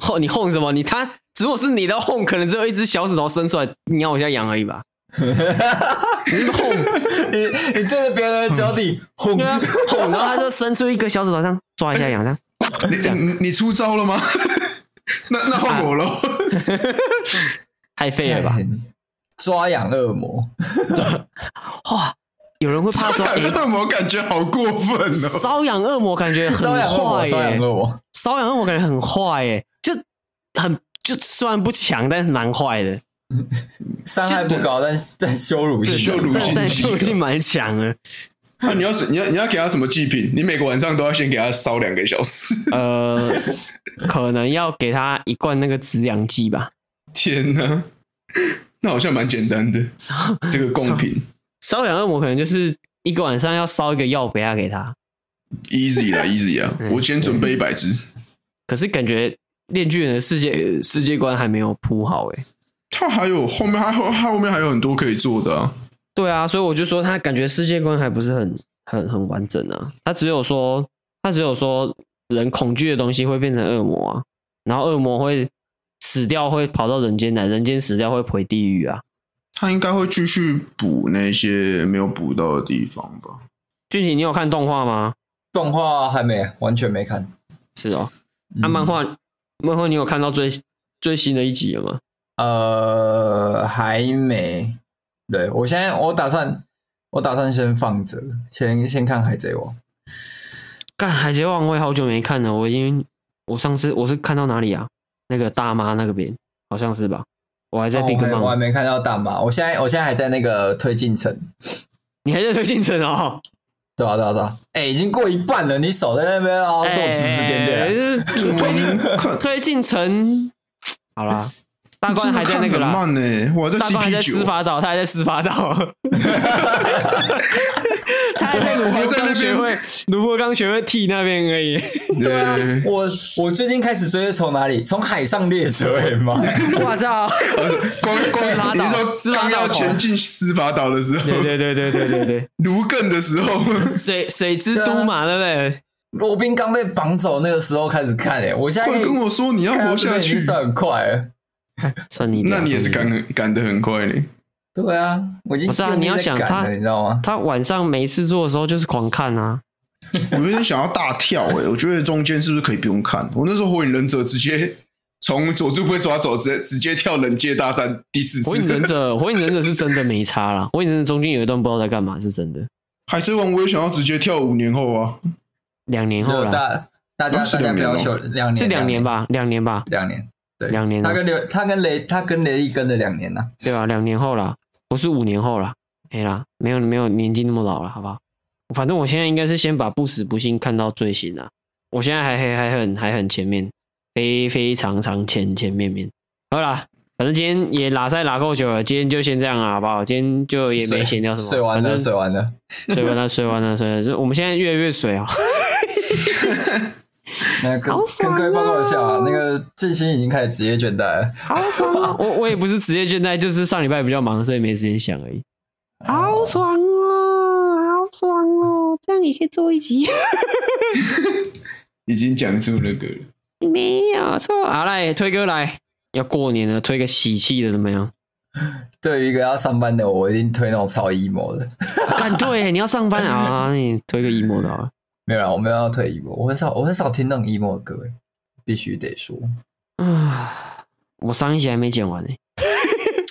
Speaker 1: 哼，你 哄什么？你他如果是你的哄，可能只有一只小指头伸出来咬一下痒而已吧。你哄，
Speaker 3: 你你对着别人的脚底轰
Speaker 1: 对，啊， 哄，然后他就伸出一个小指头，这样抓一下 痒，这样。
Speaker 2: 你你你出招了吗？ 那那换我喽。
Speaker 1: 太废了吧！
Speaker 3: 抓痒恶魔，
Speaker 1: 哇，有人会怕 抓？诶
Speaker 2: 恶魔感觉好过分哦！
Speaker 1: 瘙痒恶魔感觉很
Speaker 3: 瘙痒恶
Speaker 1: 坏
Speaker 3: 魔，瘙痒
Speaker 1: 耶，
Speaker 3: 恶魔，
Speaker 1: 瘙痒恶魔感觉很坏耶，就很就虽然不强，但是蛮坏的，
Speaker 3: 伤害不高，但但羞辱性
Speaker 2: 羞辱
Speaker 1: 但
Speaker 2: 性
Speaker 1: 但就已经蛮强了。
Speaker 2: 那、你要是你要你要给他什么祭品？你每个晚上都要先给他烧两个小时。
Speaker 1: 呃，可能要给他一罐那个止痒剂吧。
Speaker 2: 天哪，那好像蛮简单的，这个贡品
Speaker 1: 瘙痒恶魔可能就是一个晚上要烧一个药杯要给他，
Speaker 2: easy 啦，easy 啊！
Speaker 1: 嗯
Speaker 2: 我先准备一百只，
Speaker 1: 可是感觉链锯人的世界呃世界观还没有铺好哎、
Speaker 2: 他还有后面还后他后面还有很多可以做的啊。
Speaker 1: 对啊，所以我就说他感觉世界观还不是很很很完整啊。他只有说他只有说人恐惧的东西会变成恶魔啊，然后恶魔会死掉会跑到人间来，人间死掉会回地狱啊。
Speaker 2: 他应该会继续补那些没有补到的地方吧？
Speaker 1: 具体你有看动画吗？
Speaker 3: 动画还没，完全没看。
Speaker 1: 是哦，
Speaker 3: 嗯
Speaker 1: 那、漫画漫画你有看到最最新的一集了吗？
Speaker 3: 呃，还没。对我现在我打算，我打算先放着，先先看《海贼王》。
Speaker 1: 干《海贼王》我也好久没看了，我已经我上次我是看到哪里啊？那个大妈那个边好像是吧？我还在
Speaker 3: 哦
Speaker 1: 第
Speaker 3: 我
Speaker 1: 一个
Speaker 3: 还我还
Speaker 1: 漫，
Speaker 3: 没看到大马，我现在我现在还在那个推进层。
Speaker 1: 你还在推进城哦？
Speaker 3: 对啊，对啊，对啊！哎、已经过一半了，你守在那边
Speaker 2: 哦
Speaker 3: 啊，做指指点点。
Speaker 1: 哎推进
Speaker 2: 看
Speaker 1: 推进城，好啦， 大官还在那个
Speaker 2: 真的看很
Speaker 1: 啦，
Speaker 2: 慢欸呢、我还在
Speaker 1: 大官还
Speaker 2: CP
Speaker 1: 在司
Speaker 2: 九，
Speaker 1: 法岛，他还在司法 岛。他还在
Speaker 2: 我
Speaker 1: 卢
Speaker 2: 还
Speaker 1: 浮
Speaker 2: 在
Speaker 1: 刚
Speaker 2: 那边
Speaker 1: 学会，卢浮刚学会 T 那边而 已。
Speaker 3: 对啊，我我最近开始追是从哪里？从海上列车、哎妈！
Speaker 1: 我操！
Speaker 2: 光
Speaker 1: 司法
Speaker 2: 光
Speaker 1: 岛
Speaker 2: 你
Speaker 1: 司
Speaker 2: 说
Speaker 1: 法岛
Speaker 2: 刚要
Speaker 1: 头
Speaker 2: 前进司法岛的时候，
Speaker 1: 对对对对对对对，
Speaker 2: 卢更的时候，
Speaker 1: 水水之
Speaker 2: 啊
Speaker 1: 都嘛，对不对？
Speaker 3: 罗宾刚被绑走那个时候开始看、哎，我现 在
Speaker 2: 快跟我说你要
Speaker 3: 看
Speaker 2: 活
Speaker 3: 到这
Speaker 2: 下
Speaker 3: 边已
Speaker 2: 去
Speaker 3: 经，算很快了。
Speaker 1: 算你，
Speaker 2: 那你也是
Speaker 1: 算
Speaker 2: 赶很赶得很快呢。
Speaker 3: 对啊，我已经
Speaker 1: 我知道你要想
Speaker 3: 用力在赶
Speaker 1: 他
Speaker 3: 了，你知道吗？
Speaker 1: 他晚上没事做的时候就是狂看啊，
Speaker 2: 我有点想要大跳哎、我觉得中间是不是可以不用看？我那时候火影忍者直接从佐助被抓走，直接直接跳忍界大战第四
Speaker 1: 火影忍
Speaker 2: 次。
Speaker 1: 者，火影忍者是真的没差啦。火影忍者中间有一段不知道在干嘛，是真的。
Speaker 2: 海贼王我也想要直接跳五年后啊，
Speaker 1: 两年后
Speaker 3: 就
Speaker 1: 啦，
Speaker 3: 大大家
Speaker 2: 哦是
Speaker 3: 大家
Speaker 2: 两
Speaker 3: 不
Speaker 2: 年
Speaker 3: 要
Speaker 2: 哦
Speaker 3: 求两年
Speaker 1: 是两年，吧？两年吧，
Speaker 3: 两年对
Speaker 1: 两年
Speaker 3: 他
Speaker 1: 了，
Speaker 3: 跟刘他跟雷他跟雷一跟了两年呐、
Speaker 1: 对吧？两年后啦，不是五年后啦，没啦，没有没有年纪那么老了，好不好？反正我现在应该是先把不死不幸看到最新啊，我现在还还还很还很前面，非非常常前前面面。好啦，反正今天也拉赛拉够久了，今天就先这样啊，好不好？今天就也没闲聊什么，
Speaker 3: 水完
Speaker 1: 反
Speaker 3: 了，
Speaker 1: 正
Speaker 3: 水完了。
Speaker 1: 水完了，水完了，水完了。这我们现在越来越水啊，
Speaker 3: 那跟
Speaker 1: 好
Speaker 3: 跟
Speaker 1: 爽
Speaker 3: 各位报告一下
Speaker 1: 啊，
Speaker 3: 那个振兴已经开始职业倦怠了，
Speaker 1: 好爽啊！ 我我也不是职业倦怠，就是上礼拜比较忙，所以没时间想而已。好爽哦，好爽哦！这样也可以做一集，
Speaker 2: 已经讲出那个了。
Speaker 1: 没有错。好来，推哥来，要过年了，推个喜气的怎么样？
Speaker 3: 对于一个要上班的我，我一定推那种超 emo 的。
Speaker 1: 干对，你要上 班啊，那你推个 emo 的啊好了。
Speaker 3: 没有啦，我没有要推 emo，我很少，我很少听那种 emo 的歌，欸必须得说。
Speaker 1: 啊，我上一集还没讲完呢、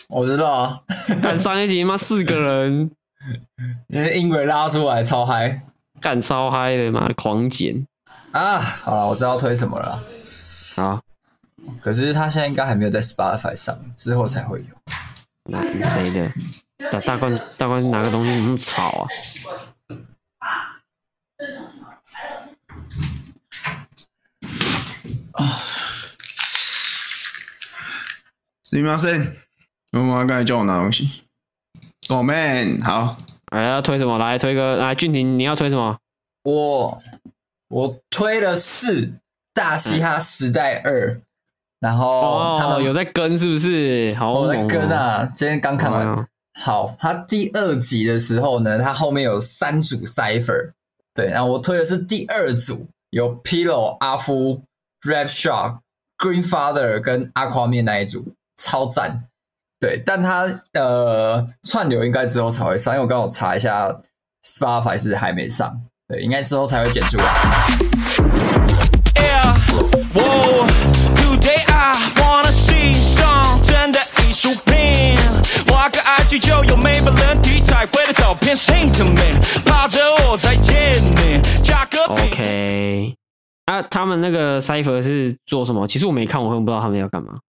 Speaker 3: 我知道啊，
Speaker 1: 干上一集妈四个人
Speaker 3: 因为音轨拉出来超嗨
Speaker 1: 干超嗨的，妈的狂剪
Speaker 3: 啊！好了，我知道推什么了啦，
Speaker 1: 啊！
Speaker 3: 可是他现在应该还没有在 Spotify 上，之后才会有。
Speaker 1: 那谁的？大大冠大冠拿个东西怎么那么吵啊？
Speaker 2: すみません，我妈刚才叫我拿东西。哦、man，好，
Speaker 1: 哎，要推什么？来推个来，俊廷你要推什么？
Speaker 3: 我我推的是《大嘻哈时代二》，然后哦他们
Speaker 1: 哦有在跟是不是？好猛、
Speaker 3: 我
Speaker 1: 哦，
Speaker 3: 在跟啊，今天刚看
Speaker 1: 哎
Speaker 3: 完
Speaker 1: 呦。
Speaker 3: 好，它第二集的时候呢，它后面有三组 cipher，对，然后我推的是第二组，有 Pillow、阿夫、Rap Shark、Green Father 跟阿夸面那一组，超赞。对，但它呃串流应该之后才会上，因为我刚好查一下，Spotify 是还没上，对，应该之后才会剪出来。
Speaker 4: Yeah, whoa, today I wanna see some 真的艺术品。挖个 IG 就有美本人体彩绘的照片，Saint Man，怕着我再见面，价格比
Speaker 1: OK，啊，他们那个 Cipher 是做什么？其实我没看，我根本不知道他们要干嘛。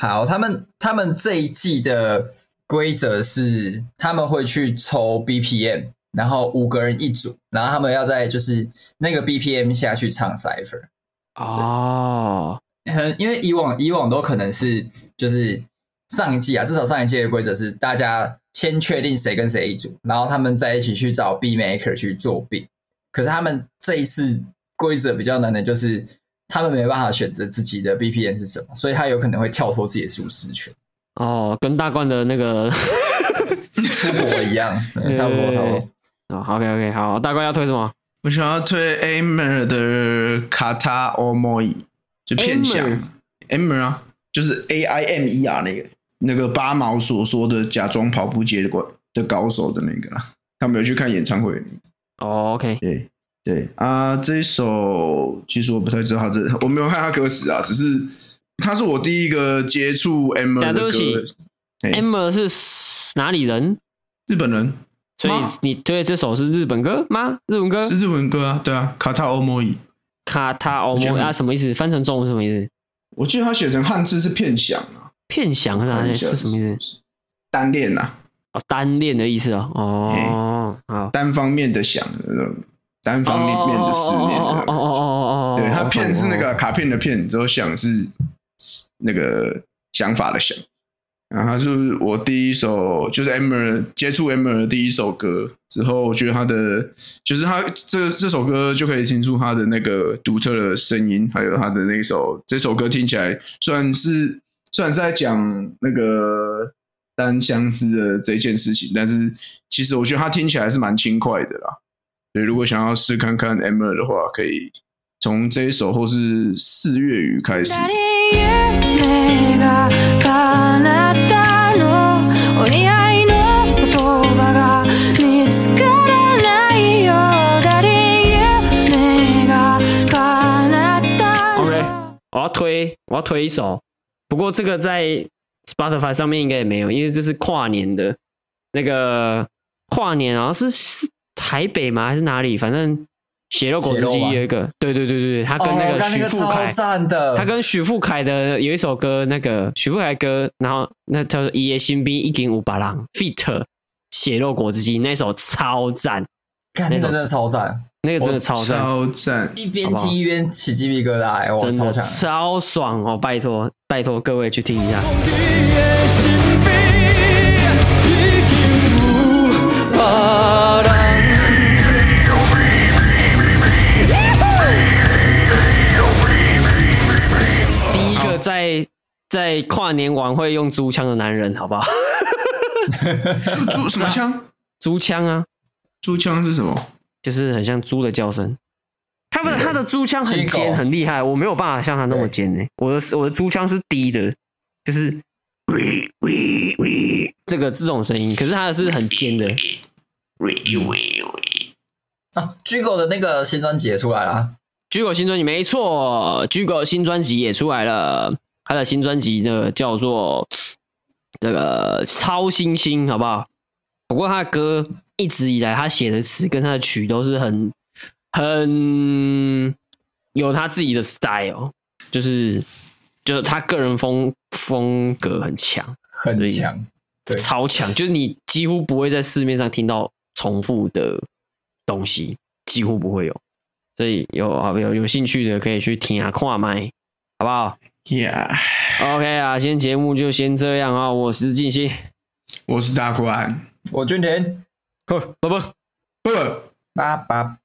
Speaker 3: 好，他们他们这一季的规则是他们会去抽 BPM，然后五个人一组，然后他们要在就是那个 BPM 下去唱 cipher。
Speaker 1: 哦，
Speaker 3: 嗯，因为以往以往都可能是就是上一季啊，至少上一季的规则是大家先确定谁跟谁一组，然后他们在一起去找 B maker 去作弊。可是他们这一次规则比较难的就是他们没办法选择自己的 BPM 是什么，所以他有可能会跳脱自己的舒适圈。
Speaker 1: 哦，跟大冠的那个
Speaker 3: 出国 一样，嗯差不多差不多。
Speaker 1: 哦、，OK OK，好，大冠要推什么
Speaker 2: 我想要推 Amer 的卡塔 Omoi，就偏向 Amer 啊，就是 A I M E R 那个那个八毛所说的假装跑步界的高的高手的那个啦。他们有去看演唱会，
Speaker 1: 哦？OK，
Speaker 2: 对对啊，这一首其实我不太知道他这，我没有看他歌词啊，只是他是我第一个接触
Speaker 1: 对
Speaker 2: Amer 的
Speaker 1: 啊对不
Speaker 2: 歌，
Speaker 1: 起
Speaker 2: 哎
Speaker 1: Amber 是哪里人？
Speaker 2: 日本人
Speaker 1: 所以
Speaker 2: 吗
Speaker 1: 你推的这首是日本歌吗？日文歌？
Speaker 2: 是日文歌啊，对啊，卡塔 Omoi。
Speaker 1: 卡塔欧
Speaker 2: 觉
Speaker 1: 摩
Speaker 2: 得
Speaker 1: 啊？什么意思？翻成中文是什么意思？
Speaker 2: 我记得他写成汉字是骗想啊，
Speaker 1: 骗想是哪里？是什么意思？
Speaker 2: 思？单恋啊，
Speaker 1: 哦，单恋的意思哦。哦，好。
Speaker 2: 单方面的想的那种，单方面面的思念的那
Speaker 1: 哦哦哦
Speaker 2: 种。
Speaker 1: 哦哦哦！
Speaker 2: 对，他骗是那
Speaker 1: 哦
Speaker 2: 个卡片的骗，之后想是那个想法的想。然后他是我第一首，就是 Emmer 接触 Emmer 的第一首歌之后，我觉得他的就是他这这首歌就可以听出他的那个独特的声音，还有他的那首这首歌听起来虽然是虽然是在讲那个单相思的这件事情，但是其实我觉得他听起来是蛮轻快的啦。所以如果想要试看看 Emmer 的话，可以从这一首或是四月雨开始。
Speaker 5: 기다리에 내가 가났다 너 오니 아이노 도바가 니츠카라나이요 다리에 내가 가났다
Speaker 1: OK，
Speaker 5: 너
Speaker 1: 我要推，我要推一首，不过这个在 Spotify 上面应该也没有，因为这是跨年的那个跨年，好像是是台北吗？还是哪里？反正血肉果汁机有一个，对对对对，对他跟那
Speaker 3: 哦
Speaker 1: 个
Speaker 3: 干
Speaker 1: 许富
Speaker 3: 超
Speaker 1: 凯，
Speaker 3: 赞的，
Speaker 1: 他跟许富凯的有一首歌，那个许富凯歌，然后那叫做《一夜新兵一顶五把郎 feat 血肉果汁机》那首超赞，
Speaker 3: 看那个真的超赞，
Speaker 1: 那个真的超赞，
Speaker 2: 超赞，
Speaker 3: 一边听一边起鸡皮疙瘩，哎，哇，
Speaker 1: 真
Speaker 3: 哦超
Speaker 1: 的
Speaker 3: 强！
Speaker 1: 超爽哦！拜托拜托各位去听一下，
Speaker 3: 哦
Speaker 1: 第一个在在跨年晚会用猪枪的男人，好不 好？
Speaker 2: 猪猪什么枪？
Speaker 1: 猪枪啊，
Speaker 2: 猪枪是什么？
Speaker 1: 就是很像猪的叫声。他们他的猪枪很
Speaker 3: 鸡
Speaker 1: 尖
Speaker 3: 狗
Speaker 1: 很厉害，我没有办法像他那么尖呢、我的我的猪枪是低的，就是喂喂喂这个这种声音，可是他的是很尖的。
Speaker 3: 啊，Gigo 的那个新专辑也出来啦，
Speaker 1: 居狗新专辑没错，居狗新专辑也出来了，他的新专辑呢叫做这个超新星，好不好？不过他的歌一直以来他写的词跟他的曲都是很很有他自己的 style，就是就是他个人风风格很强，
Speaker 3: 很
Speaker 1: 对
Speaker 3: 强。对
Speaker 1: 超强，就是你几乎不会在市面上听到重复的东西，几乎不会有。所以有啊有有兴趣的可以去听啊，跨麦，好不好
Speaker 2: Yeah，
Speaker 1: ？OK 啊，今天节目就先这样啊，我是静心，
Speaker 2: 我是大宽，
Speaker 3: 我俊田，
Speaker 1: 呵，拜拜。
Speaker 2: 不。
Speaker 3: 八八